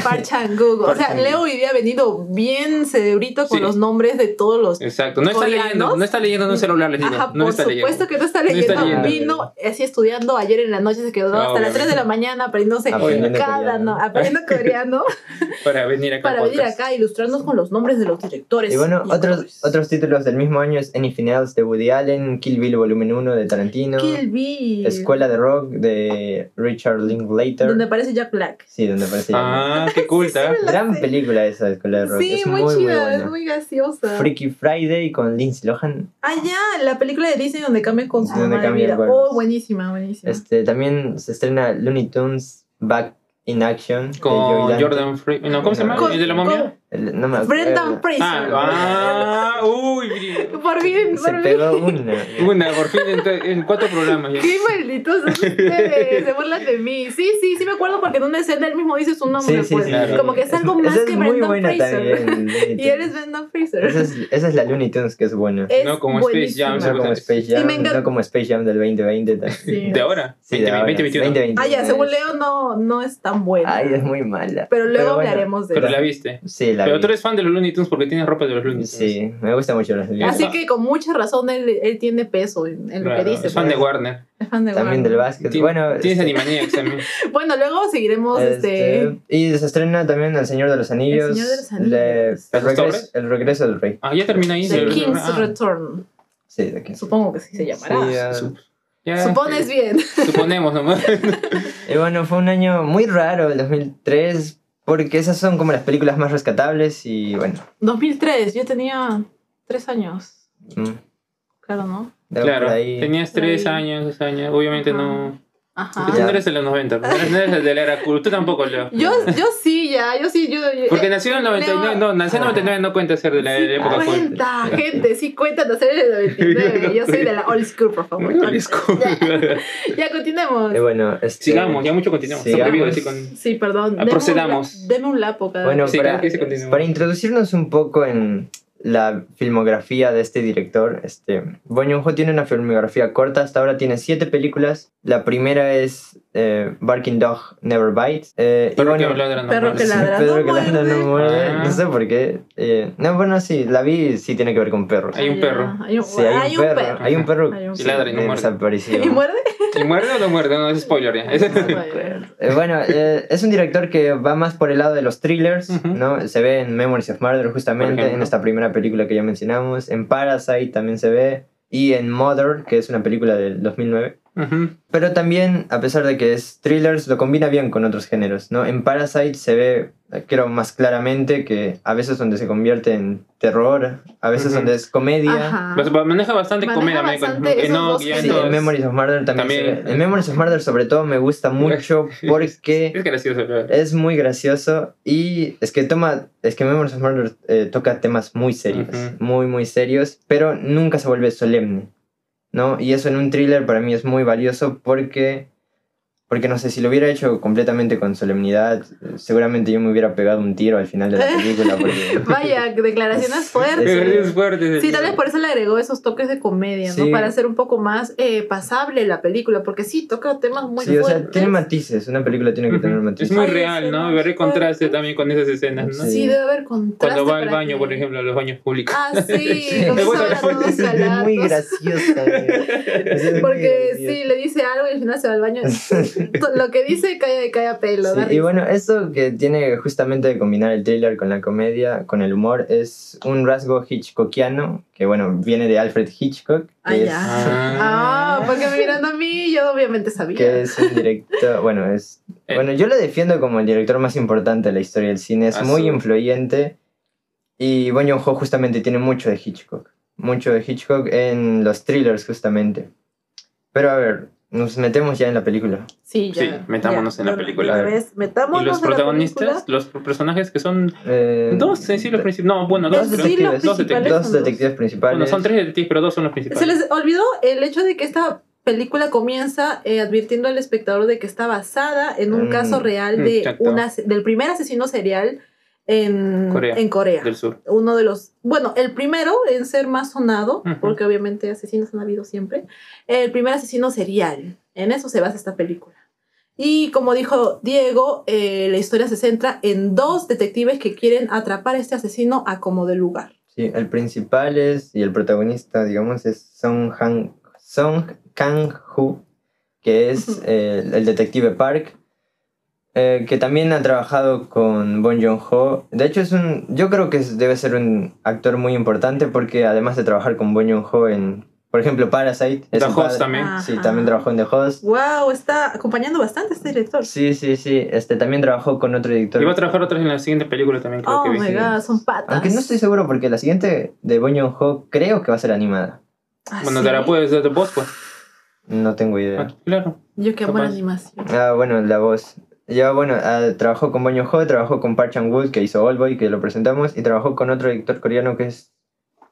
Speaker 2: Parchan Google. O sea,
Speaker 3: Parchan.
Speaker 2: Leo hoy día ha venido bien cerebrito con
Speaker 1: Sí.
Speaker 2: los nombres de todos los.
Speaker 1: Exacto, no está
Speaker 2: ¿Coreanos?
Speaker 1: leyendo, no está leyendo en un celular, les digo.
Speaker 2: Ajá,
Speaker 1: no
Speaker 2: por
Speaker 1: está
Speaker 2: supuesto
Speaker 1: leyendo.
Speaker 2: que no está
Speaker 1: está
Speaker 2: leyendo.
Speaker 3: leyendo.
Speaker 2: Vino así estudiando ayer en la noche, se quedó
Speaker 1: Ah,
Speaker 2: hasta las
Speaker 1: obviamente.
Speaker 2: 3 de la mañana aprendiéndose
Speaker 3: Aprendiendo
Speaker 2: cada,
Speaker 3: coreano.
Speaker 2: no, aprendiendo coreano
Speaker 1: Para venir acá. al
Speaker 2: para venir
Speaker 1: podcast.
Speaker 2: acá a ilustrarnos con los nombres de los directores.
Speaker 3: Y bueno, otros,
Speaker 2: actores.
Speaker 3: otros títulos del mismo año es Anything Else de Woody Allen, Kill Bill Volumen 1 de Tarantino,
Speaker 2: Kill Bill.
Speaker 3: Escuela de Rock de Richard Linklater.
Speaker 2: Donde aparece Jack Black.
Speaker 3: Sí, donde aparece.
Speaker 1: Ah, qué culta.
Speaker 2: me la
Speaker 3: Gran
Speaker 2: sé.
Speaker 3: película esa de Escuela de Rock.
Speaker 2: Sí,
Speaker 3: es
Speaker 2: muy,
Speaker 3: muy, muy
Speaker 2: chida,
Speaker 3: buena.
Speaker 2: es muy graciosa.
Speaker 3: Freaky Friday con Lindsay Lohan.
Speaker 2: Ah, ya, la película de Disney donde cambian con su
Speaker 3: Donde
Speaker 2: mamá de
Speaker 3: cambian
Speaker 2: vida.
Speaker 3: cuerpos.
Speaker 2: Oh, buenísima, buenísima.
Speaker 3: Este, también se estrena Looney Tunes Back in Action. de Joey
Speaker 1: Con
Speaker 3: Dante.
Speaker 1: Jordan Free. No, ¿cómo se llama?
Speaker 2: Con-
Speaker 1: ¿El de la momia?
Speaker 3: El- no me
Speaker 2: con
Speaker 3: acuerdo.
Speaker 2: Brendan Fraser.
Speaker 1: Ah, ah, uy.
Speaker 2: Por fin,
Speaker 3: Se
Speaker 2: por fin.
Speaker 3: pegó una.
Speaker 1: Una, por fin, en, en cuatro programas. ya.
Speaker 2: Qué malditos son ustedes, se burlan de mí. Sí, sí, sí me acuerdo porque en una escena él mismo dice su nombre,
Speaker 3: Sí, sí,
Speaker 2: pues.
Speaker 3: sí.
Speaker 1: claro.
Speaker 2: Como que es algo más
Speaker 3: esa
Speaker 2: que
Speaker 3: es muy
Speaker 2: Brendan
Speaker 3: buena
Speaker 2: Fraser.
Speaker 3: también. Looney
Speaker 2: Y él es
Speaker 3: Tunes.
Speaker 2: Brendan
Speaker 3: Esa
Speaker 2: Fraser.
Speaker 3: es, esa es la Looney Tunes que es buena.
Speaker 2: Es
Speaker 1: No como Space Jam,
Speaker 2: buenísima.
Speaker 3: No como Space
Speaker 2: Y
Speaker 3: Jam,
Speaker 2: me encanta-
Speaker 3: no como Space Jam del 2020. tal.
Speaker 2: Sí.
Speaker 1: ¿De ahora?
Speaker 3: Sí,
Speaker 1: 20,
Speaker 3: de ahora,
Speaker 1: 2021.
Speaker 3: 2021.
Speaker 2: Ah, ya, según Leo no, no es tan bueno.
Speaker 3: Ay, es muy mala.
Speaker 2: pero luego
Speaker 3: bueno,
Speaker 2: hablaremos de
Speaker 1: Pero
Speaker 2: eso.
Speaker 1: la viste.
Speaker 3: Sí, la
Speaker 1: Pero
Speaker 3: vi.
Speaker 1: tú eres fan de los Looney Tunes porque tienes ropa de los Looney Tunes.
Speaker 3: Sí, me gusta mucho
Speaker 2: Ah,
Speaker 3: los libros.
Speaker 2: Así que con mucha razón él, él tiene peso en, en lo
Speaker 1: Claro,
Speaker 2: que dice.
Speaker 1: es fan de
Speaker 2: pues.
Speaker 1: Warner.
Speaker 2: Es fan de
Speaker 3: También
Speaker 2: Warner.
Speaker 3: del básquet.
Speaker 1: Tien-
Speaker 3: bueno,
Speaker 1: tienes
Speaker 3: este,
Speaker 1: Animaniacs también.
Speaker 2: Bueno, luego seguiremos este,
Speaker 3: este, Y se estrena también El Señor de los Anillos.
Speaker 2: Señor de los
Speaker 3: le-
Speaker 2: Anillos.
Speaker 1: ¿Las
Speaker 3: el, regreso,
Speaker 1: torres?
Speaker 3: el regreso del rey.
Speaker 1: Ah, ya terminó ahí.
Speaker 2: The
Speaker 1: Sí,
Speaker 2: King's
Speaker 1: ah,
Speaker 2: Return.
Speaker 3: Sí, de aquí.
Speaker 2: Supongo que sí se
Speaker 3: Sí,
Speaker 2: llamará.
Speaker 3: ah,
Speaker 1: Sup- ya,
Speaker 2: Supones bien.
Speaker 1: Suponemos nomás.
Speaker 3: y bueno, fue un año muy raro, el 2003, porque esas son como las películas más rescatables y bueno.
Speaker 2: 2003, yo tenía tres años.
Speaker 3: mm,
Speaker 2: Claro, ¿no?
Speaker 3: de
Speaker 1: Claro,
Speaker 3: por ahí.
Speaker 1: tenías tres
Speaker 2: Ahí.
Speaker 1: años, dos años. Obviamente no.
Speaker 2: Ajá. Ah.
Speaker 1: Tú
Speaker 3: Ya.
Speaker 1: no eres de los 90, no eres no eres de la era cool. Tú tampoco, Leo.
Speaker 2: Yo, yo sí, ya, yo sí, yo. yo- eh,
Speaker 1: Porque nació en el 99, no, nació en el 99 no cuenta ser de la
Speaker 2: Sí,
Speaker 1: época cool.
Speaker 2: cuenta, gente, sí cuenta de ser el 99. Yo soy de la old school, por favor.
Speaker 1: Muy cool.
Speaker 2: Ya continuemos.
Speaker 3: Y bueno, este,
Speaker 1: Sigamos, ya mucho continuamos. Está
Speaker 3: Sigamos.
Speaker 1: prohibido decir con-
Speaker 2: Sí, perdón. Deme un
Speaker 1: Procedamos.
Speaker 2: la- Deme un lapo, cada
Speaker 3: Bueno,
Speaker 1: Sí,
Speaker 3: para,
Speaker 1: creo que se continúa.
Speaker 3: para introducirnos un poco en la filmografía de este director, este, Bong Joon-ho tiene una filmografía corta, hasta ahora tiene siete películas. La primera es eh, Barking Dog Never Bites. eh, y
Speaker 1: Perro que
Speaker 3: bueno,
Speaker 1: ladra no
Speaker 2: Perro que
Speaker 1: muerde.
Speaker 2: ladra.
Speaker 3: Pedro
Speaker 2: no
Speaker 3: que ladra
Speaker 2: muerde.
Speaker 3: no muerde,
Speaker 1: Ah.
Speaker 3: no sé por qué. eh, no, bueno, sí, la vi, sí tiene que ver con perros.
Speaker 1: Hay un
Speaker 2: Ah, Ya,
Speaker 1: perro.
Speaker 2: Hay un,
Speaker 3: Sí, hay, un perro, hay un perro
Speaker 2: Hay un
Speaker 3: sí,
Speaker 1: perro. Ladra y no
Speaker 3: que
Speaker 1: muerde.
Speaker 3: desapareció.
Speaker 2: ¿Y muerde?
Speaker 1: ¿Y muerde o no muerde? No, es spoiler ya. Es-
Speaker 3: Eh, bueno, eh, es un director que va más por el lado de los thrillers,
Speaker 1: Ujú.
Speaker 3: ¿no? Se ve en Memories of Murder
Speaker 1: Por
Speaker 3: justamente,
Speaker 1: ejemplo.
Speaker 3: en esta primera película que ya mencionamos, en Parasite también se ve, y en Mother, que es una película del 2009.
Speaker 1: Ujú.
Speaker 3: Pero también, a pesar de que es thrillers, lo combina bien con otros géneros, ¿no? En Parasite se ve, eh, creo más claramente, que a veces donde se convierte en terror, a veces
Speaker 1: Ujú.
Speaker 3: donde es comedia.
Speaker 2: Ajá.
Speaker 1: Pues, va- Maneja bastante
Speaker 2: Maneja
Speaker 1: comedia. me-
Speaker 2: bastante
Speaker 1: que
Speaker 2: esos
Speaker 1: no,
Speaker 2: dos
Speaker 1: guía,
Speaker 3: Sí,
Speaker 1: no,
Speaker 3: en
Speaker 1: es-
Speaker 3: Memories of Murder también, se
Speaker 1: También.
Speaker 3: ve. En Memories of Murder sobre todo me gusta mucho porque...
Speaker 1: Es gracioso, la verdad.
Speaker 3: Es muy gracioso y es que toma, es que Memories of Murder eh, toca temas muy serios,
Speaker 1: Ujú.
Speaker 3: muy muy serios, pero nunca se vuelve solemne, ¿no? Y eso en un thriller para mí es muy valioso porque, porque no sé, si lo hubiera hecho completamente con solemnidad, eh, seguramente yo me hubiera pegado un tiro al final de la película porque...
Speaker 2: Vaya, declaraciones
Speaker 3: Es-
Speaker 2: fuertes.
Speaker 1: Es fuerte.
Speaker 2: Sí, tal vez por eso le agregó esos toques de comedia, ¿no?
Speaker 3: eh. Sí.
Speaker 2: Para hacer un poco más eh, pasable la película, porque sí, toca temas muy
Speaker 3: Sí, o
Speaker 2: fuertes.
Speaker 3: sea, tiene matices, una película tiene que tener
Speaker 1: Ujú. Es
Speaker 3: matices.
Speaker 1: muy
Speaker 2: Ay,
Speaker 1: real, ¿no?
Speaker 2: escenas
Speaker 1: Ver el contraste
Speaker 2: fuertes.
Speaker 1: también con esas escenas, ¿no?
Speaker 3: Sí.
Speaker 2: Sí, debe haber contraste.
Speaker 1: Cuando va al
Speaker 2: para
Speaker 1: baño,
Speaker 2: que-
Speaker 1: por ejemplo, a los baños públicos.
Speaker 2: Ah, sí,
Speaker 3: Sí.
Speaker 1: Me gusta
Speaker 2: comienza a
Speaker 1: la
Speaker 2: hablar todos
Speaker 3: Es muy
Speaker 2: calatos.
Speaker 3: graciosa. güey. Es muy
Speaker 2: Porque
Speaker 3: graciosa.
Speaker 2: sí, le dice algo y al final se va al baño. To- Lo que dice cae, cae a pelo.
Speaker 3: Sí,
Speaker 2: da
Speaker 3: y
Speaker 2: risa.
Speaker 3: bueno, eso que tiene justamente de combinar el thriller con la comedia, con el humor, es un rasgo hitchcockiano, que bueno, viene de Alfred Hitchcock, que,
Speaker 2: Ah,
Speaker 3: es,
Speaker 2: ya. Ah, porque me mirando a mí, yo obviamente sabía.
Speaker 3: que es un director, bueno, es,
Speaker 1: Eh.
Speaker 3: bueno, yo lo defiendo como el director más importante de la historia del cine, es
Speaker 1: Ah,
Speaker 3: muy
Speaker 1: su-
Speaker 3: influyente y Bong Joon-ho justamente tiene mucho de Hitchcock, mucho de Hitchcock en los thrillers justamente. Pero a ver, nos metemos ya en la película.
Speaker 2: Sí, ya.
Speaker 1: Sí, metámonos en la película.
Speaker 2: de una vez, metámonos
Speaker 1: Y los
Speaker 2: en la
Speaker 1: protagonistas,
Speaker 2: película.
Speaker 1: los personajes que son
Speaker 3: Eh,
Speaker 1: dos en sí los principales. No, bueno, dos.
Speaker 2: Los
Speaker 1: pero-
Speaker 2: sí, los
Speaker 1: dos
Speaker 2: principales
Speaker 3: Dos
Speaker 2: son dos.
Speaker 3: detectives principales.
Speaker 1: Bueno, son tres detectives, pero dos son los
Speaker 2: Se
Speaker 1: principales.
Speaker 2: les olvidó el hecho de que esta película comienza eh, advirtiendo al espectador de que está basada en un
Speaker 3: Mm.
Speaker 2: caso real de
Speaker 1: Exacto.
Speaker 2: una, del primer asesino serial en
Speaker 1: Corea.
Speaker 2: En Corea.
Speaker 1: Del sur.
Speaker 2: uno de los, bueno, el primero en ser más sonado,
Speaker 1: Ujú.
Speaker 2: porque obviamente asesinos han habido siempre, el primer asesino serial. En eso se basa esta película. Y como dijo Diego, eh, la historia se centra en dos detectives que quieren atrapar a este asesino a como de lugar.
Speaker 3: Sí, el principal es, y el protagonista, digamos, es Song, Han, Song Kang-hoo, que es
Speaker 2: Ujú.
Speaker 3: eh, el detective Park, eh, que también ha trabajado con Bon Joon-ho. De hecho, es un, yo creo que es- debe ser un actor muy importante porque además de trabajar con Bon Joon-ho en, por ejemplo, Parasite. es
Speaker 1: The
Speaker 3: su
Speaker 1: Host
Speaker 3: padre.
Speaker 1: también.
Speaker 2: Ah.
Speaker 3: Sí, también trabajó en The Host.
Speaker 2: ¡Wow! Está acompañando bastante a este director.
Speaker 3: Sí, sí, sí. Este, también trabajó con otro director.
Speaker 1: Y va a trabajar otras en la siguiente película también, creo
Speaker 2: oh
Speaker 1: que vi.
Speaker 2: my god, son patas.
Speaker 3: Aunque no estoy seguro porque la siguiente de Bon Joon-ho creo que va a ser animada.
Speaker 2: Ah,
Speaker 1: Bueno,
Speaker 2: ¿sí?
Speaker 1: te la puedes dar de voz, pues.
Speaker 3: No tengo idea.
Speaker 1: Ah, claro.
Speaker 2: Yo que amo la
Speaker 1: capaz.
Speaker 2: animación.
Speaker 3: Ah, bueno, la voz. Ya, bueno, ah, trabajó con Boño Ho, trabajó con Park Chan Wook, que hizo Oldboy, que lo presentamos, y trabajó con otro director coreano que es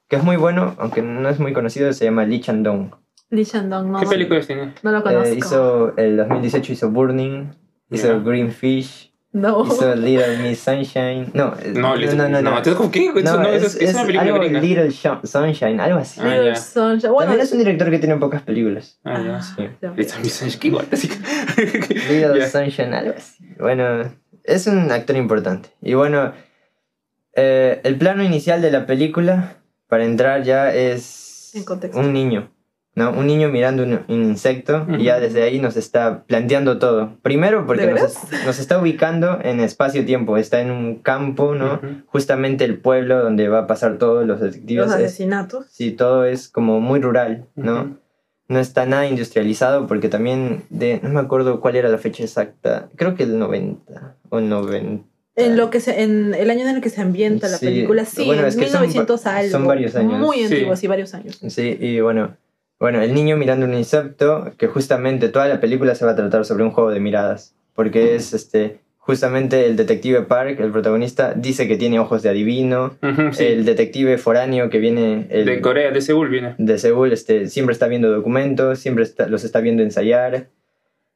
Speaker 3: que es muy bueno, aunque no es muy conocido, se llama Lee Chan Dong.
Speaker 2: Lee Shandong, no,
Speaker 1: ¿Qué películas tiene?
Speaker 2: no lo
Speaker 3: Eh,
Speaker 2: conozco.
Speaker 3: hizo el 2018 hizo Burning, hizo
Speaker 1: Ya.
Speaker 3: Green Fish,
Speaker 2: no.
Speaker 3: hizo Little Miss Sunshine. No, eh,
Speaker 1: No, Little- no, no,
Speaker 3: no.
Speaker 1: entonces, ¿cómo qué? Eso
Speaker 3: No,
Speaker 1: no, eso
Speaker 3: es,
Speaker 1: es, es una
Speaker 3: es
Speaker 1: película
Speaker 3: algo
Speaker 1: gringa.
Speaker 3: Little Sh- Sunshine, algo así.
Speaker 1: Ah, ya.
Speaker 2: Little Sunshine. Bueno,
Speaker 3: También es un director que tiene pocas películas.
Speaker 1: Ah, ya.
Speaker 3: sí.
Speaker 2: ya.
Speaker 1: Little Miss Sunshine, qué igual, así que-
Speaker 3: Little
Speaker 1: Ya.
Speaker 3: Sunshine, algo así. Bueno, es un actor importante. Y bueno, eh, el plano inicial de la película, para entrar ya, es
Speaker 2: En contexto.
Speaker 3: un niño. ¿no? Un niño mirando un, un insecto
Speaker 1: Ujú.
Speaker 3: y ya desde ahí nos está planteando todo. Primero porque
Speaker 2: ¿De
Speaker 3: nos, es- nos está ubicando en espacio-tiempo, está en un campo, ¿no?
Speaker 1: Ujú.
Speaker 3: Justamente el pueblo donde va a pasar todos los detectives.
Speaker 2: Los
Speaker 3: es-
Speaker 2: asesinatos.
Speaker 3: Sí, todo es como muy rural, ¿no?
Speaker 1: Ujú.
Speaker 3: No está nada industrializado porque también de, no me acuerdo cuál era la fecha exacta, creo que el 90 o 90.
Speaker 2: En lo que se, en el año en el que se ambienta la
Speaker 3: Sí.
Speaker 2: película, sí,
Speaker 3: Bueno,
Speaker 2: en
Speaker 3: es que son va-
Speaker 2: 1900 algo.
Speaker 3: son varios años.
Speaker 2: Muy
Speaker 1: Sí.
Speaker 2: antiguos, sí, varios años.
Speaker 3: Sí, y bueno, bueno, el niño mirando un insecto, que justamente toda la película se va a tratar sobre un juego de miradas, porque es este justamente el detective Park, el protagonista, dice que tiene ojos de adivino,
Speaker 1: Ujú, sí.
Speaker 3: el detective foráneo que viene el,
Speaker 1: De Corea, de Seúl viene.
Speaker 3: de Seúl, este, siempre está viendo documentos, siempre está- los está viendo ensayar.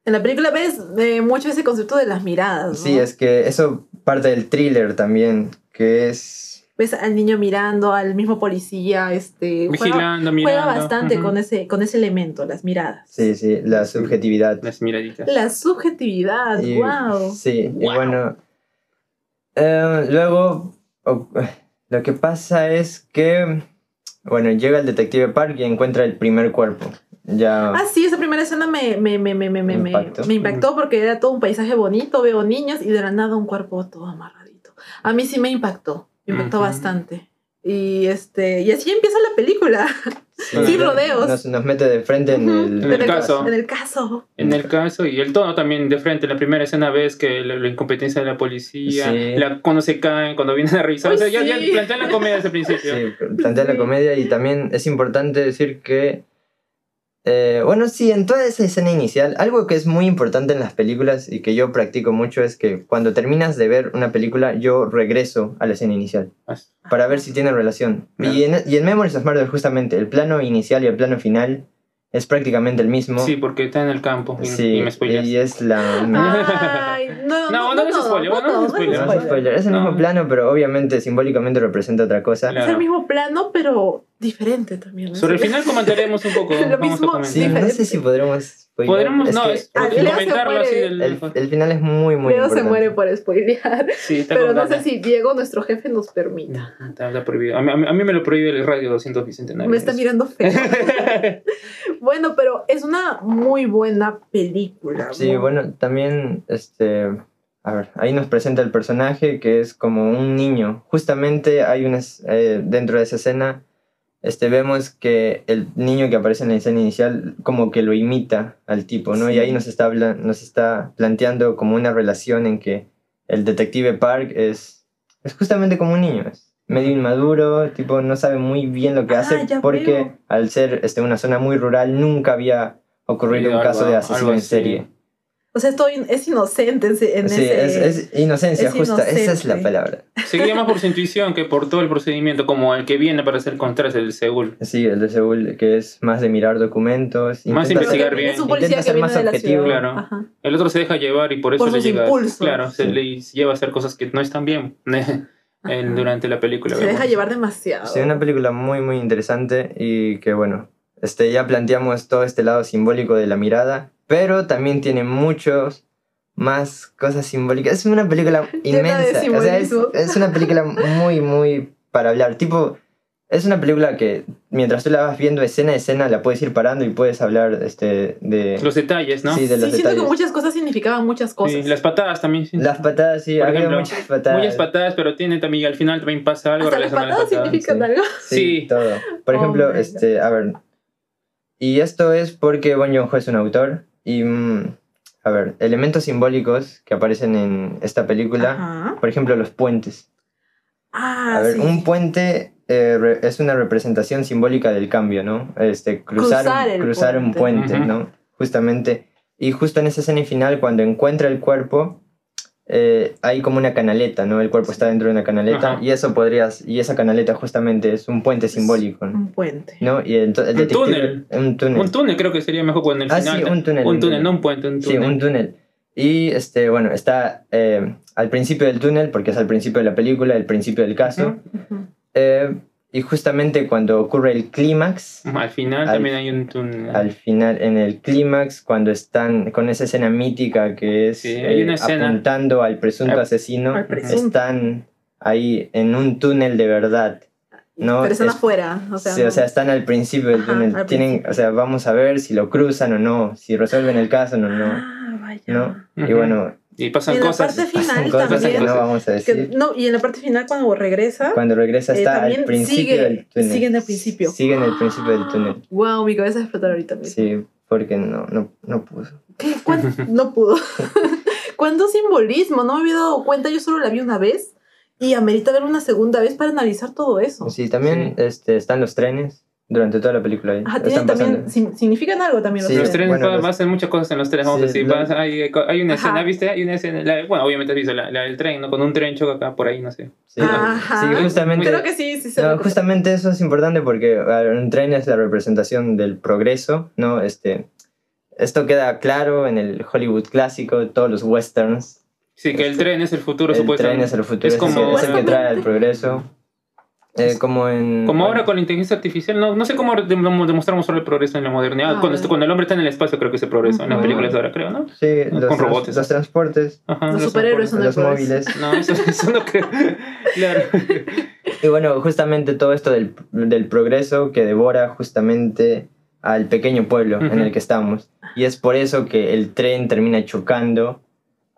Speaker 2: En la película ves eh, mucho ese concepto de las miradas. ¿no?
Speaker 3: Sí, es que eso parte del thriller también, que es...
Speaker 2: Ves al niño mirando, al mismo policía, este. Juega,
Speaker 1: Vigilando, mirando.
Speaker 2: juega bastante
Speaker 1: ujú.
Speaker 2: con ese, con ese elemento, las miradas.
Speaker 3: Sí, sí, la subjetividad.
Speaker 1: Las miraditas.
Speaker 2: La subjetividad,
Speaker 3: Y-
Speaker 2: wow.
Speaker 3: Sí,
Speaker 2: Wow.
Speaker 3: y bueno. eh, luego, o- lo que pasa es que, bueno, llega el detective Park y encuentra el primer cuerpo. Ya...
Speaker 2: Ah, sí, esa primera escena me, me, me, me, me, me, me-
Speaker 3: Impactó.
Speaker 2: me impactó porque era todo un paisaje bonito, veo niños y de la nada un cuerpo todo amarradito. A mí sí me impactó, me impactó
Speaker 1: Ujú.
Speaker 2: bastante. Y este y así empieza la película. sí,
Speaker 3: nos-
Speaker 2: rodeos.
Speaker 3: Nos, nos mete de frente en el...
Speaker 1: En el caso.
Speaker 2: En el caso.
Speaker 1: En el caso, y el tono también de frente, en la primera escena ves que la, la incompetencia de la policía,
Speaker 3: Sí.
Speaker 1: la- cuando se caen, cuando vienen a revisar,
Speaker 2: Uy,
Speaker 1: o sea, ya,
Speaker 2: sí.
Speaker 1: ya plantean la comedia desde el
Speaker 3: Sí,
Speaker 1: principio.
Speaker 3: plantea la comedia y también es importante decir que, eh, bueno, sí, en toda esa escena inicial, algo que es muy importante en las películas y que yo practico mucho es que cuando terminas de ver una película, yo regreso a la escena inicial para ver si tiene relación.
Speaker 1: Claro.
Speaker 3: Y, en, y en Memories of Murder, justamente, el plano inicial y el plano final es prácticamente el mismo.
Speaker 1: Sí, porque está en el campo y,
Speaker 3: Sí,
Speaker 1: y me spoileas. Ah,
Speaker 3: y es la...
Speaker 2: Ay, no, no,
Speaker 1: No,
Speaker 2: no,
Speaker 1: no es
Speaker 2: todo,
Speaker 1: spoiler, no es
Speaker 2: todo,
Speaker 1: spoiler.
Speaker 3: No,
Speaker 2: es
Speaker 3: no es spoiler, es el
Speaker 1: No.
Speaker 3: mismo plano, pero obviamente simbólicamente representa otra cosa.
Speaker 1: Claro.
Speaker 2: Es el mismo plano, pero diferente también. ¿no?
Speaker 1: Sobre el final comentaremos un poco.
Speaker 2: Lo
Speaker 1: vamos
Speaker 2: mismo,
Speaker 1: a comentar.
Speaker 3: Sí, no sé si podremos... spoilear.
Speaker 1: Podremos,
Speaker 3: Es
Speaker 1: no,
Speaker 3: que-
Speaker 1: es
Speaker 2: Ah,
Speaker 1: porque
Speaker 2: Leo se
Speaker 1: comentarlo así
Speaker 2: muere.
Speaker 1: del.
Speaker 3: El, el final es muy, muy
Speaker 2: Leo se
Speaker 3: importante.
Speaker 2: muere por spoilear,
Speaker 1: Sí, está
Speaker 2: pero
Speaker 1: con
Speaker 2: no sé
Speaker 1: ganas.
Speaker 2: si Diego, nuestro jefe, nos permita.
Speaker 1: Está, está prohibido. A mí, a mí- a mí me lo prohíbe el radio 200 bicentenario.
Speaker 2: Me está mirando feo. Bueno, pero es una muy buena película.
Speaker 3: Pues Sí,
Speaker 2: ¿no?
Speaker 3: bueno, también, este, a ver, ahí nos presenta el personaje que es como un niño. Justamente hay unas, eh, dentro de esa escena, este, vemos que el niño que aparece en la escena inicial como que lo imita al tipo, ¿no?
Speaker 2: Sí.
Speaker 3: Y ahí nos está, habla- nos está planteando como una relación en que el detective Park es, es justamente como un niño, es medio inmaduro, tipo no sabe muy bien lo que
Speaker 2: Ah,
Speaker 3: hace
Speaker 2: ya
Speaker 3: porque
Speaker 2: veo.
Speaker 3: al ser este, una zona muy rural nunca había ocurrido
Speaker 1: Sí,
Speaker 3: un caso
Speaker 1: algo-
Speaker 3: de
Speaker 1: algo
Speaker 3: asesino en
Speaker 1: así.
Speaker 3: serie.
Speaker 2: O sea, estoy in- es inocente en, se- en
Speaker 3: sí,
Speaker 2: ese.
Speaker 3: es, es inocencia
Speaker 2: es
Speaker 3: justa, esa es la
Speaker 2: inocente.
Speaker 3: palabra.
Speaker 1: Seguía más por su intuición que por todo el procedimiento, como el que viene para hacer contras el Seúl.
Speaker 3: Sí, el de Seúl, que es más de mirar documentos.
Speaker 1: Más
Speaker 3: intenta-
Speaker 1: investigar bien.
Speaker 2: Es un policía
Speaker 3: Intenta
Speaker 2: que
Speaker 3: ser
Speaker 2: viene
Speaker 3: más
Speaker 2: de la
Speaker 3: objetivo.
Speaker 2: ciudad.
Speaker 1: Claro.
Speaker 2: Ajá.
Speaker 1: El otro se deja llevar y por eso
Speaker 2: Por
Speaker 1: le
Speaker 2: sus
Speaker 1: llega.
Speaker 2: impulsos.
Speaker 1: Claro, se
Speaker 3: Sí.
Speaker 1: le lleva a hacer cosas que no están bien en- durante la película.
Speaker 2: Se deja
Speaker 1: vemos.
Speaker 2: llevar demasiado.
Speaker 3: Sí, una película muy, muy interesante y que bueno, este, ya planteamos todo este lado simbólico de la mirada, pero también tiene muchos más cosas simbólicas. Es una película
Speaker 2: Llena de
Speaker 3: inmensa. o sea, es,
Speaker 2: simbolismo.
Speaker 3: es una película muy, muy para hablar. Tipo, es una película que mientras tú la vas viendo escena a escena la puedes ir parando y puedes hablar este, de,
Speaker 1: Los detalles, ¿no?
Speaker 3: sí, de
Speaker 2: sí,
Speaker 3: los
Speaker 2: siento
Speaker 3: detalles.
Speaker 2: que muchas cosas significaban muchas
Speaker 1: Sí,
Speaker 2: cosas.
Speaker 1: las patadas también. sí.
Speaker 3: Las patadas, sí,
Speaker 1: Por
Speaker 3: había
Speaker 1: ejemplo,
Speaker 3: muchas patadas.
Speaker 1: Muchas patadas, pero tiene también, al final también pasa algo
Speaker 2: Hasta las
Speaker 1: relacionado a
Speaker 2: patadas
Speaker 1: las patadas.
Speaker 2: significan
Speaker 3: sí.
Speaker 2: algo.
Speaker 3: Sí,
Speaker 1: Sí.
Speaker 3: todo. Por
Speaker 2: Oh
Speaker 3: ejemplo,
Speaker 2: my God.
Speaker 3: este, a ver. Y esto es porque Bon Joon-ho es un autor y mm, a ver, elementos simbólicos que aparecen en esta película,
Speaker 2: Ajá.
Speaker 3: por ejemplo, los puentes.
Speaker 2: Ah,
Speaker 3: a ver,
Speaker 2: sí.
Speaker 3: un puente eh, re- es una representación simbólica del cambio, ¿no? Este cruzar
Speaker 2: Cruzar
Speaker 3: un,
Speaker 2: el
Speaker 3: cruzar un
Speaker 1: puente.
Speaker 3: puente, ¿no? Justamente y justo en esa escena final cuando encuentra el cuerpo eh, hay como una canaleta, ¿no? El cuerpo está dentro de una canaleta
Speaker 1: Ajá.
Speaker 3: y eso podrías y esa canaleta justamente es un puente simbólico, ¿no?
Speaker 2: Un puente.
Speaker 3: ¿no? Y ento- el
Speaker 1: Un
Speaker 3: detective-
Speaker 1: túnel.
Speaker 3: Un túnel.
Speaker 1: Un túnel creo que sería mejor cuando en el
Speaker 3: Ah,
Speaker 1: final.
Speaker 3: sí, un túnel,
Speaker 1: Un túnel,
Speaker 3: un túnel.
Speaker 1: no un puente, un
Speaker 3: Sí,
Speaker 1: túnel.
Speaker 3: un túnel. Y este, bueno, está eh, al principio del túnel, porque es al principio de la película, el principio del caso.
Speaker 1: Ujú.
Speaker 2: Ujú.
Speaker 3: Eh, y justamente cuando ocurre el clímax,
Speaker 1: Al final
Speaker 3: Al-
Speaker 1: también hay un túnel.
Speaker 3: al final, en el clímax, cuando están con esa escena mítica que es
Speaker 1: Sí, hay
Speaker 3: eh,
Speaker 1: una escena-
Speaker 3: apuntando al presunto
Speaker 1: Al-
Speaker 3: asesino,
Speaker 2: al presunto.
Speaker 3: están ahí en un túnel de verdad. ¿no?
Speaker 2: Pero están
Speaker 3: Es-
Speaker 2: afuera. O sea,
Speaker 3: Sí,
Speaker 2: no.
Speaker 3: o sea, están al principio del
Speaker 2: Ajá,
Speaker 3: túnel.
Speaker 2: al
Speaker 3: Tienen,
Speaker 2: principio.
Speaker 3: o sea, vamos a ver si lo cruzan o no, si resuelven el caso o no.
Speaker 2: Ah, vaya.
Speaker 3: ¿no?
Speaker 1: Ujú.
Speaker 3: Y bueno,
Speaker 1: Y
Speaker 2: Y
Speaker 1: pasan
Speaker 2: en
Speaker 1: cosas.
Speaker 2: la parte
Speaker 3: pasan
Speaker 2: final
Speaker 3: cosas que
Speaker 2: también.
Speaker 3: no vamos
Speaker 2: que-
Speaker 3: a decir.
Speaker 2: no, y en la parte final, cuando regresa,
Speaker 3: Cuando regresa
Speaker 2: eh,
Speaker 3: está al
Speaker 2: también
Speaker 3: principio
Speaker 2: sigue-
Speaker 3: del túnel.
Speaker 2: sigue en el principio.
Speaker 3: Sigue en el principio del túnel.
Speaker 2: wow, mi cabeza explotó ahorita mismo.
Speaker 3: Sí, porque no, no, no puso.
Speaker 2: ¿Qué? ¿Cuán- No pudo. ¿Cuánto simbolismo? No me había dado cuenta, yo solo la vi una vez y amerita verla una segunda vez para analizar todo eso.
Speaker 3: Sí, también Este, están los trenes durante toda la película. ahí.
Speaker 2: Ajá, tienen
Speaker 3: están
Speaker 2: Ah, también,
Speaker 3: pasando.
Speaker 2: sin- significan algo también los
Speaker 3: Sí.
Speaker 1: Los
Speaker 2: trenes.
Speaker 1: trenes
Speaker 3: Bueno,
Speaker 1: pa-
Speaker 3: los-
Speaker 1: pasan muchas cosas en los trenes, vamos a
Speaker 3: Sí,
Speaker 1: decir.
Speaker 3: lo-
Speaker 1: pasa- hay, hay una
Speaker 2: Ajá.
Speaker 1: escena, ¿viste? Hay una escena. la- bueno, obviamente has visto la, la del tren, ¿no? Con un tren choca acá por ahí, no sé.
Speaker 3: Sí,
Speaker 2: Ajá.
Speaker 3: sí, justamente.
Speaker 2: Creo que sí, sí se
Speaker 3: No,
Speaker 2: recuerda.
Speaker 3: justamente eso es importante porque a ver, un tren es la representación del progreso, ¿no? Este, esto queda claro en el Hollywood clásico, todos los westerns.
Speaker 1: Sí, que el tren es el futuro,
Speaker 3: Este, el tren
Speaker 1: supuestamente.
Speaker 3: es el futuro,
Speaker 1: Es
Speaker 3: es, el-
Speaker 1: como-
Speaker 3: es el que trae el progreso. Eh, como en...
Speaker 1: Como ahora con la inteligencia artificial, no, no sé cómo de- dem- demostramos ahora el progreso en la modernidad.
Speaker 2: Ah,
Speaker 1: cuando, esto-
Speaker 2: bueno.
Speaker 1: cuando el hombre está en el espacio, creo que se progresa en las
Speaker 2: Ujú.
Speaker 1: películas de ahora, creo, ¿no?
Speaker 3: Sí, los,
Speaker 1: con
Speaker 3: trans-
Speaker 1: robotes.
Speaker 3: los transportes,
Speaker 1: Ajá,
Speaker 2: Los
Speaker 1: no sé,
Speaker 2: superhéroes
Speaker 1: por-
Speaker 2: son el
Speaker 3: los
Speaker 2: progreso.
Speaker 3: móviles.
Speaker 1: No, eso, eso no creo. Claro.
Speaker 3: Y bueno, justamente todo esto del, del progreso que devora justamente al pequeño pueblo en el que estamos. Y es por eso que el tren termina chocando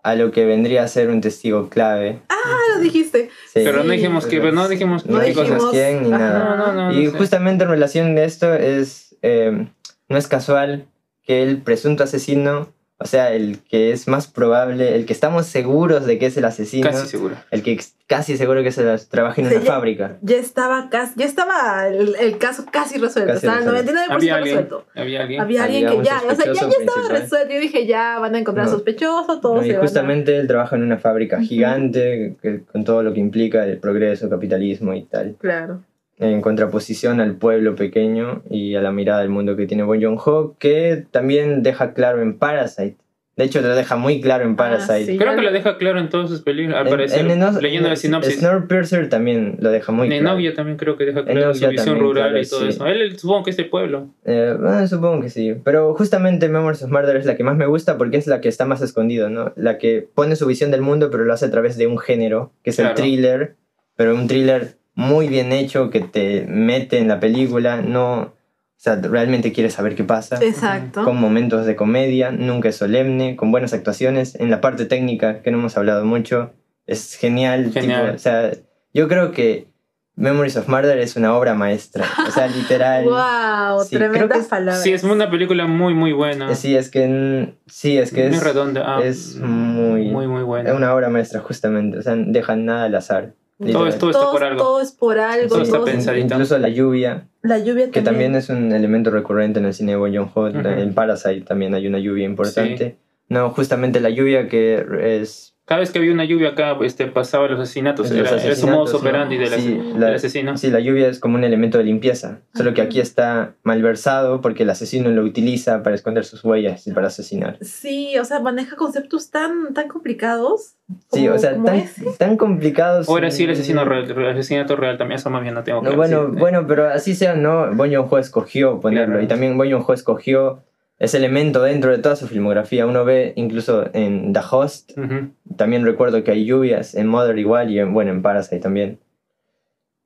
Speaker 3: a lo que vendría a ser un testigo clave.
Speaker 2: Ah, lo dijiste.
Speaker 3: Sí.
Speaker 1: Pero no dijimos que, pero no dijimos
Speaker 3: No
Speaker 1: qué
Speaker 3: dijimos
Speaker 1: cosas.
Speaker 3: quién ni
Speaker 2: Ajá.
Speaker 3: nada.
Speaker 1: No, no, no.
Speaker 3: y
Speaker 1: no sé.
Speaker 3: justamente en relación de esto es, eh, no es casual que el presunto asesino, o sea, el que es más probable, el que estamos seguros de que es el asesino,
Speaker 1: Casi seguro.
Speaker 3: el que ex- casi seguro que se las- trabaja en
Speaker 2: Sí,
Speaker 3: una
Speaker 2: ya-
Speaker 3: fábrica.
Speaker 2: Ya estaba casi, ya estaba el, el caso casi resuelto.
Speaker 3: Casi
Speaker 2: estaba
Speaker 3: resuelto.
Speaker 2: al 99%
Speaker 1: Había alguien.
Speaker 2: resuelto.
Speaker 1: Había alguien.
Speaker 2: Había alguien
Speaker 3: Había
Speaker 2: que
Speaker 3: un
Speaker 2: ya, o sea, ya, ya
Speaker 3: sospechoso
Speaker 2: estaba
Speaker 3: principal.
Speaker 2: resuelto. Yo dije, ya van a encontrar
Speaker 3: No.
Speaker 2: sospechoso, todo
Speaker 3: No,
Speaker 2: se
Speaker 3: y
Speaker 2: van a-
Speaker 3: justamente él trabaja en una fábrica
Speaker 2: Ujú.
Speaker 3: gigante que- con todo lo que implica el progreso, capitalismo y tal.
Speaker 2: Claro.
Speaker 3: En contraposición al pueblo pequeño y a la mirada del mundo que tiene Bon Joon-ho, que también deja claro en Parasite. De hecho, lo deja muy claro en Parasite.
Speaker 2: Ah, sí.
Speaker 1: Creo que lo deja claro en todas sus películas, al
Speaker 3: En- eh,
Speaker 1: parecer.
Speaker 3: en Eno-
Speaker 1: leyendo la
Speaker 3: en-
Speaker 1: sinopsis.
Speaker 3: Snowpiercer también lo deja muy claro.
Speaker 1: Nenovia también creo que deja claro
Speaker 3: Nenovia
Speaker 1: su visión
Speaker 3: también,
Speaker 1: rural
Speaker 3: claro,
Speaker 1: y todo
Speaker 3: sí.
Speaker 1: eso. Él, él supongo que es de pueblo.
Speaker 3: Eh, bueno, supongo que sí. Pero justamente Memories of Murder es la que más me gusta porque es la que está más escondido, ¿no? La que pone su visión del mundo, pero lo hace a través de un género, que es
Speaker 1: Claro.
Speaker 3: el thriller. Pero un thriller muy bien hecho que te mete en la película. No. O sea, realmente quieres saber qué pasa.
Speaker 2: Exacto.
Speaker 3: Con momentos de comedia, nunca es solemne, con buenas actuaciones. En la parte técnica, que no hemos hablado mucho, es genial.
Speaker 1: Genial.
Speaker 3: tipo, o sea, yo creo que Memories of Murder es una obra maestra. O sea, literal.
Speaker 2: Wow,
Speaker 3: Sí, creo
Speaker 2: tremendas
Speaker 3: que es-
Speaker 2: palabras.
Speaker 1: Sí, es una película muy, muy buena.
Speaker 3: Eh, Sí, es que mm, sí, es que
Speaker 1: muy
Speaker 3: es,
Speaker 1: redonda. ah,
Speaker 3: es muy-
Speaker 1: muy, muy buena.
Speaker 3: es una obra maestra justamente, o sea, dejan nada al azar.
Speaker 1: Todo, es- todo está
Speaker 2: Todo,
Speaker 1: por algo.
Speaker 2: todo es por algo.
Speaker 1: Todo está
Speaker 2: todo-
Speaker 1: pensado. pensadito.
Speaker 3: Incluso la lluvia,
Speaker 2: la lluvia
Speaker 3: que también es un elemento recurrente en el cine de Bong Joon-ho.
Speaker 1: Ujú.
Speaker 3: En Parasite también hay una lluvia importante. No, justamente la lluvia que es...
Speaker 1: Cada vez que había una lluvia acá, este, pasaba los asesinatos.
Speaker 3: Los
Speaker 1: Era, era su
Speaker 3: asesinatos,
Speaker 1: modus
Speaker 3: ¿no?
Speaker 1: operandi del,
Speaker 3: Sí,
Speaker 1: ase-
Speaker 3: la-
Speaker 1: del asesino.
Speaker 3: Sí, la lluvia es como un elemento de limpieza, solo que
Speaker 2: Ajá.
Speaker 3: aquí está malversado porque el asesino lo utiliza para esconder sus huellas y para asesinar.
Speaker 2: Sí, o sea, maneja conceptos tan, tan complicados.
Speaker 3: Sí,
Speaker 2: como-
Speaker 3: o sea,
Speaker 2: como
Speaker 3: tan,
Speaker 2: ese.
Speaker 3: tan complicados.
Speaker 1: O era sí el asesino
Speaker 3: mm,
Speaker 1: real, el asesinato real también, eso más bien no tengo
Speaker 3: No,
Speaker 1: claro,
Speaker 3: bueno,
Speaker 1: sí.
Speaker 3: bueno, pero así sea, ¿no? Bong Joon-ho escogió ponerlo
Speaker 1: Claro.
Speaker 3: y también Bong Joon-ho escogió ese elemento dentro de toda su filmografía. Uno ve incluso en The Host,
Speaker 1: Ujú.
Speaker 3: también recuerdo que hay lluvias, en Mother igual y en, bueno, en Parasite también.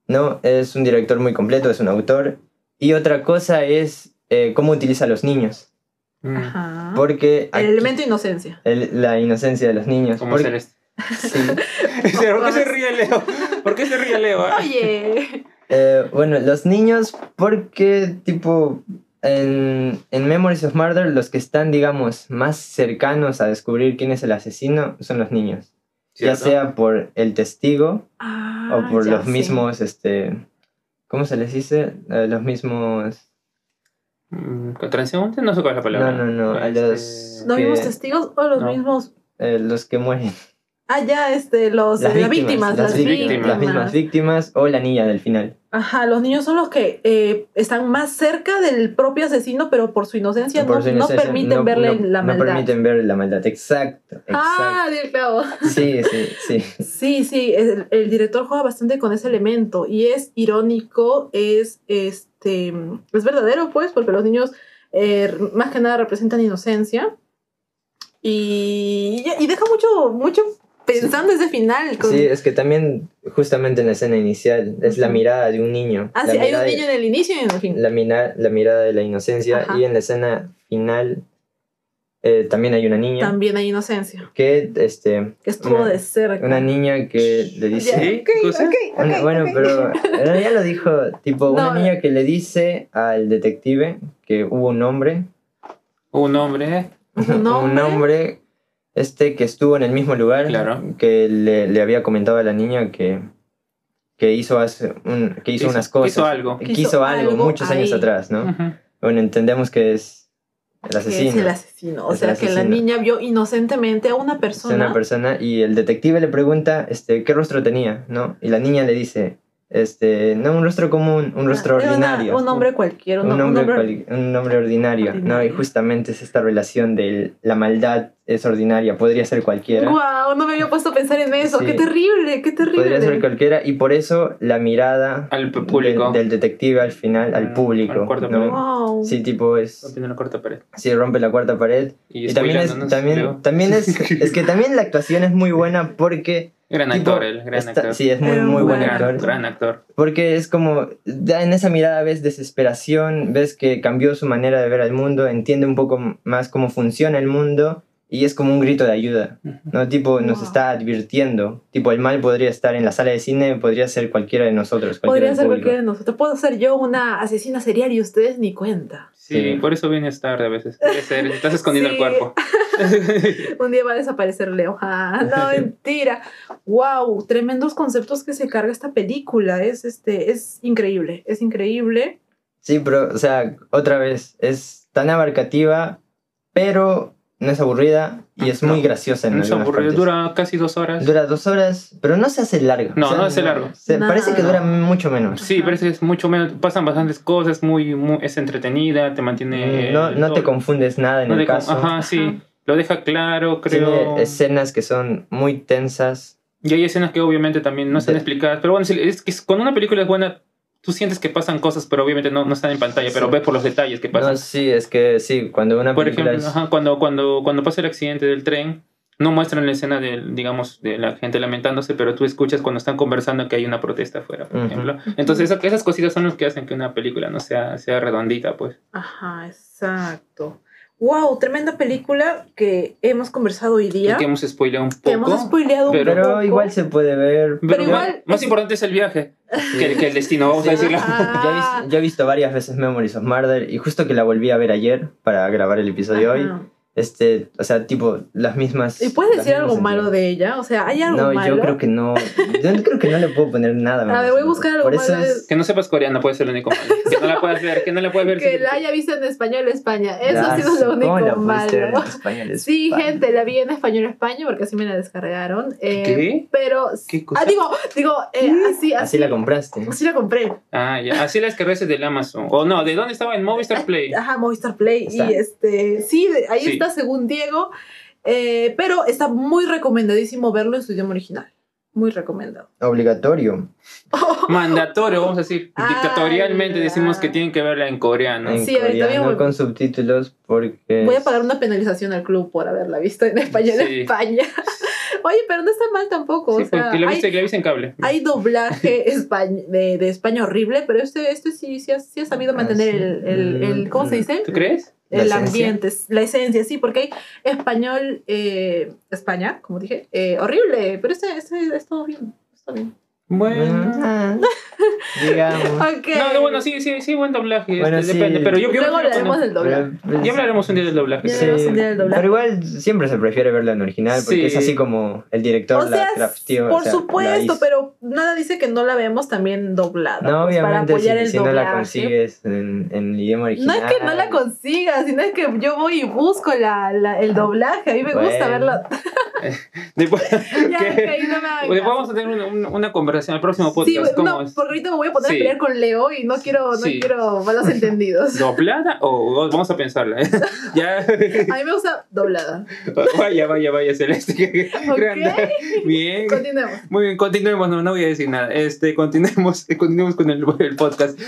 Speaker 3: No, es un director muy completo, es un autor. Y otra cosa es eh, cómo utiliza a los niños.
Speaker 1: Mm.
Speaker 2: Ajá.
Speaker 3: Porque
Speaker 2: Ah. El
Speaker 3: aquí-
Speaker 2: elemento de inocencia.
Speaker 3: el- la inocencia de los niños.
Speaker 1: Como
Speaker 3: porque-
Speaker 1: Celeste.
Speaker 3: sí.
Speaker 1: ¿Por qué se ríe Leo? ¿Por qué se ríe Leo? ah?
Speaker 2: Oye.
Speaker 3: Eh, bueno, los niños, porque tipo en, en Memories of Murder los que están, digamos, más cercanos a descubrir quién es el asesino son los niños. Ya
Speaker 1: ¿Cierto?
Speaker 3: sea por el testigo
Speaker 2: Ah,
Speaker 3: o por
Speaker 2: ya
Speaker 3: los
Speaker 2: sé.
Speaker 3: mismos, este, ¿cómo se les dice? Eh, los mismos...
Speaker 1: Mm, ¿Transeúnte? No sé cuál es la palabra.
Speaker 3: No, no, no, a
Speaker 1: Este,
Speaker 3: los-
Speaker 2: ¿Los
Speaker 3: que-
Speaker 2: mismos testigos o los
Speaker 1: No.
Speaker 2: mismos.
Speaker 3: eh, los que mueren.
Speaker 2: Ah, ya, este, los, eh, las víctimas.
Speaker 3: las, víctimas, las mismas víctimas o la niña del final.
Speaker 2: Ajá, los niños son los que eh, están más cerca del propio asesino, pero por su inocencia,
Speaker 3: Por
Speaker 2: no,
Speaker 3: su
Speaker 2: no
Speaker 3: inocencia,
Speaker 2: permiten
Speaker 3: no-
Speaker 2: verle
Speaker 3: no-
Speaker 2: la maldad.
Speaker 3: No permiten ver la maldad, exacto. exacto.
Speaker 2: Ah, del clavo.
Speaker 3: Sí, sí, sí.
Speaker 2: Sí, sí, el, el director juega bastante con ese elemento y es irónico, es este, es verdadero, pues, porque los niños eh, más que nada representan inocencia y, y deja mucho, mucho pensando ese final. Con,
Speaker 3: Sí, es que también justamente en la escena inicial es la
Speaker 2: Ujú.
Speaker 3: mirada de un niño.
Speaker 2: ah,
Speaker 3: la,
Speaker 2: sí, hay un
Speaker 3: mirada
Speaker 2: niño en el inicio y en el
Speaker 3: de,
Speaker 2: fin.
Speaker 3: la, mina- la mirada de la inocencia
Speaker 2: Ajá.
Speaker 3: y en la escena final eh, también hay una niña
Speaker 2: También hay inocencia,
Speaker 3: que este
Speaker 2: que estuvo
Speaker 3: Una-
Speaker 2: de cerca.
Speaker 3: una niña que le dice
Speaker 1: Ya. ¿Sí? ¿Cosa?
Speaker 3: Una- bueno, pero en realidad lo dijo tipo
Speaker 2: No.
Speaker 3: una niña que le dice al detective que hubo un hombre,
Speaker 1: Un hombre.
Speaker 2: Un
Speaker 3: un
Speaker 2: hombre.
Speaker 3: hombre este que estuvo en el mismo lugar
Speaker 1: Claro.
Speaker 3: que le, le había comentado a la niña que que hizo hace un- que hizo, unas cosas
Speaker 1: Hizo algo.
Speaker 3: que
Speaker 2: Hizo
Speaker 3: hizo algo
Speaker 2: algo
Speaker 3: muchos años
Speaker 2: ahí.
Speaker 3: atrás, ¿no?
Speaker 1: Ujú.
Speaker 3: Bueno, entendemos que es el
Speaker 2: que
Speaker 3: asesino.
Speaker 2: es el asesino, o
Speaker 3: Es el
Speaker 2: sea que la
Speaker 3: asesino.
Speaker 2: niña vio inocentemente a una
Speaker 3: Es una
Speaker 2: persona.
Speaker 3: persona y el detective le pregunta este, qué rostro tenía, ¿no? Y la niña le dice, este, no un rostro común, un rostro
Speaker 2: Ah, Era una-
Speaker 3: ordinario.
Speaker 2: un hombre cualquiera,
Speaker 3: un,
Speaker 2: un,
Speaker 3: hombre,
Speaker 2: hombre
Speaker 3: cual- un hombre ordinario, ¿no? Y
Speaker 2: Ordinario.
Speaker 3: justamente es esta relación de la maldad es ordinaria, podría ser cualquiera.
Speaker 2: Wow, no me había puesto a pensar en eso.
Speaker 3: Sí.
Speaker 2: Qué terrible, qué terrible.
Speaker 3: Podría ser cualquiera y por eso la mirada
Speaker 1: Al p- público.
Speaker 3: Del, del detective al final, al
Speaker 1: Mm,
Speaker 3: público.
Speaker 1: al cuarto
Speaker 3: ¿no?
Speaker 2: Wow.
Speaker 3: Sí, tipo es...
Speaker 1: Rompiendo la corta pared.
Speaker 3: Sí, rompe la cuarta pared.
Speaker 1: Y,
Speaker 3: Y también es,
Speaker 1: spoileándonos,
Speaker 3: también,
Speaker 1: Leo.
Speaker 3: también es, es que también la actuación es muy buena porque...
Speaker 1: Gran
Speaker 3: tipo,
Speaker 1: actor, el gran
Speaker 3: está-
Speaker 1: actor.
Speaker 3: Sí, es muy,
Speaker 2: Era un
Speaker 3: muy buen
Speaker 2: buen
Speaker 1: gran,
Speaker 3: actor.
Speaker 1: gran actor.
Speaker 3: Porque es como, da- en esa mirada ves desesperación, ves que cambió su manera de ver al mundo, entiende un poco más cómo funciona el mundo y es como un grito de ayuda. ¿no? Tipo, nos
Speaker 2: Wow.
Speaker 3: está advirtiendo. Tipo, el mal podría estar en la sala de cine, podría ser cualquiera de nosotros. Cualquiera
Speaker 2: Podría
Speaker 3: del
Speaker 2: ser
Speaker 3: público.
Speaker 2: cualquiera de nosotros. Puedo ser yo una asesina serial y ustedes ni cuenta.
Speaker 1: Sí,
Speaker 3: Sí.
Speaker 1: por eso vienes tarde a veces. Debe ser, estás escondiendo
Speaker 2: Sí.
Speaker 1: el cuerpo.
Speaker 2: Un día va a desaparecer Leo. Ah, no, mentira. Wow, tremendos conceptos que se carga esta película. Es este, es increíble, es increíble.
Speaker 3: Sí, pero, o sea, otra vez, es tan abarcativa, pero no es aburrida y es muy
Speaker 1: Ah, No.
Speaker 3: graciosa en
Speaker 1: No es
Speaker 3: algunas
Speaker 1: aburrido,
Speaker 3: partes.
Speaker 1: dura casi dos horas.
Speaker 3: Dura dos horas, pero no se hace largo.
Speaker 1: No, no se hace largo.
Speaker 3: se-
Speaker 2: No.
Speaker 3: Parece que dura mucho menos.
Speaker 1: Sí,
Speaker 2: Ajá.
Speaker 1: pero es mucho menos. Pasan bastantes cosas, muy, muy- es entretenida, te mantiene.
Speaker 3: Mm, No, no te
Speaker 1: todo.
Speaker 3: confundes nada en
Speaker 1: No
Speaker 3: el
Speaker 1: te con-
Speaker 3: caso.
Speaker 1: Ajá, sí. Lo deja claro, creo.
Speaker 3: Tiene escenas que son muy tensas.
Speaker 1: Y hay escenas que obviamente también no están
Speaker 3: De-
Speaker 1: explicadas. Pero bueno, sí, es que cuando una película es buena, tú sientes que pasan cosas, pero obviamente no, no están en pantalla, pero
Speaker 3: Sí.
Speaker 1: ves por los detalles que pasan.
Speaker 3: No, sí, es que sí, cuando una
Speaker 1: por
Speaker 3: película
Speaker 1: ejemplo,
Speaker 3: es-
Speaker 1: ajá, cuando, cuando, cuando pasa el accidente del tren, no muestran la escena de, digamos, de la gente lamentándose, pero tú escuchas cuando están conversando que hay una protesta afuera, por
Speaker 3: Ujú.
Speaker 1: ejemplo. Entonces, esa- esas cositas son las que hacen que una película no sea, sea redondita, pues.
Speaker 2: Ajá, exacto. Wow, tremenda película que hemos conversado hoy
Speaker 1: Y
Speaker 2: día.
Speaker 1: que hemos spoileado un poco.
Speaker 2: Que hemos spoileado
Speaker 1: pero-
Speaker 3: pero,
Speaker 2: un poco.
Speaker 3: igual se puede ver.
Speaker 2: pero igual-
Speaker 1: Más importante es el viaje que el, que el destino, vamos a decirlo.
Speaker 2: Ah.
Speaker 3: Yo he, vis- yo he visto varias veces Memories of Murder y justo que la volví a ver ayer para grabar el episodio de hoy. este, o sea, tipo, las mismas...
Speaker 2: ¿Y puedes
Speaker 3: las
Speaker 2: decir
Speaker 3: mismas
Speaker 2: algo malo
Speaker 3: sentidas.
Speaker 2: de ella? O sea, ¿hay algo
Speaker 3: No,
Speaker 2: malo?
Speaker 3: yo creo que no, yo creo que no le puedo poner nada malo.
Speaker 2: ver, voy a buscar algo
Speaker 3: Por eso
Speaker 2: malo.
Speaker 3: es-
Speaker 1: Que no sepas coreano puede ser el único malo. Que no la puedas ver, que no la puedas ver.
Speaker 2: Que
Speaker 1: sin-
Speaker 2: la haya visto en español España. Eso
Speaker 3: Ah,
Speaker 2: ha sido
Speaker 3: sí,
Speaker 2: lo
Speaker 3: ¿cómo la
Speaker 2: único
Speaker 3: pudiste ver en
Speaker 2: malo.
Speaker 3: español? Es
Speaker 2: Sí,
Speaker 3: España.
Speaker 2: gente, la vi en español España porque así me la descargaron. Eh,
Speaker 1: ¿Qué?
Speaker 2: Pero.
Speaker 1: ¿Qué cosa?
Speaker 2: Ah, digo, digo, eh, así, así.
Speaker 3: Así la compraste.
Speaker 2: así la compré.
Speaker 1: Ah, ya. Así las carreras del Amazon. O no, ¿de dónde estaba? En Movistar Play.
Speaker 2: Ajá, Movistar Play.
Speaker 3: Está.
Speaker 2: Y este, sí, de- ahí
Speaker 1: Sí.
Speaker 2: está según Diego. Eh, pero está muy recomendadísimo verlo en su idioma original. Muy recomendado.
Speaker 3: Obligatorio.
Speaker 1: Mandatorio, vamos a decir.
Speaker 2: Ah,
Speaker 1: Dictatorialmente
Speaker 2: ya.
Speaker 1: decimos que tienen que verla en coreano.
Speaker 3: En
Speaker 2: Sí, a ver, también
Speaker 3: coreano
Speaker 2: voy-
Speaker 3: con subtítulos porque...
Speaker 2: Voy a pagar una penalización al club por haberla visto en español
Speaker 1: Sí.
Speaker 2: en España. Oye, pero no está mal tampoco.
Speaker 1: Sí,
Speaker 2: o sea,
Speaker 1: porque la viste,
Speaker 2: hay,
Speaker 1: la viste en cable.
Speaker 2: hay doblaje espa- de, de España horrible, pero este, este sí, sí, ha, sí ha sabido
Speaker 3: Ah,
Speaker 2: mantener
Speaker 3: sí. Mm,
Speaker 2: el, el- el- ¿Cómo se dice?
Speaker 1: ¿Tú crees?
Speaker 3: ¿La
Speaker 2: el
Speaker 3: esencia?
Speaker 2: ambiente, la esencia, sí, porque hay español, eh, España, como dije, eh, horrible, pero este, este, es todo bien, está bien.
Speaker 1: Bueno.
Speaker 3: Ah, digamos.
Speaker 2: Ok.
Speaker 1: No, no, bueno, sí, sí, sí, buen doblaje.
Speaker 3: Bueno,
Speaker 1: este,
Speaker 3: sí.
Speaker 1: Depende, pero yo, yo prefiero
Speaker 2: Luego hablaremos
Speaker 1: cuando-
Speaker 2: del doblaje.
Speaker 3: Pero-
Speaker 1: Ya hablaremos un día del doblaje.
Speaker 2: Ya
Speaker 3: Sí,
Speaker 2: hablaremos un día del doblaje.
Speaker 3: Pero igual siempre se prefiere verla en original porque
Speaker 1: Sí.
Speaker 3: es así como el director
Speaker 2: O sea,
Speaker 3: la crafteó. o
Speaker 2: por
Speaker 3: sea, la
Speaker 2: supuesto,
Speaker 3: hizo.
Speaker 2: pero nada dice que no la vemos también doblada.
Speaker 3: No,
Speaker 2: pues,
Speaker 3: obviamente,
Speaker 2: para apoyar
Speaker 3: si,
Speaker 2: el
Speaker 3: si no la
Speaker 2: doblaje.
Speaker 3: consigues en, en el idioma
Speaker 2: No
Speaker 3: original.
Speaker 2: es que no la consiga, sino es que yo voy y busco la, la- el doblaje. A mí me gusta
Speaker 3: Ah, Bueno.
Speaker 2: verla.
Speaker 1: Después,
Speaker 2: Ya,
Speaker 1: ¿qué?
Speaker 2: que ahí no me hagan
Speaker 1: Después
Speaker 2: caso.
Speaker 1: vamos a tener una, una- una conversación en el próximo
Speaker 2: Sí,
Speaker 1: podcast. ¿Cómo
Speaker 2: no,
Speaker 1: es?
Speaker 2: porque ahorita me voy a poner
Speaker 1: Sí.
Speaker 2: a pelear con Leo y no quiero, no
Speaker 1: Sí.
Speaker 2: quiero malos entendidos.
Speaker 1: ¿Doblada o o vamos a pensarla? ya.
Speaker 2: A mí me gusta doblada.
Speaker 1: Vaya, vaya, vaya, Celeste. qué grande. Bien.
Speaker 2: Continuemos.
Speaker 1: Muy bien, continuemos, no, no voy a decir nada. Este, continuemos, eh, continuemos con el, el podcast.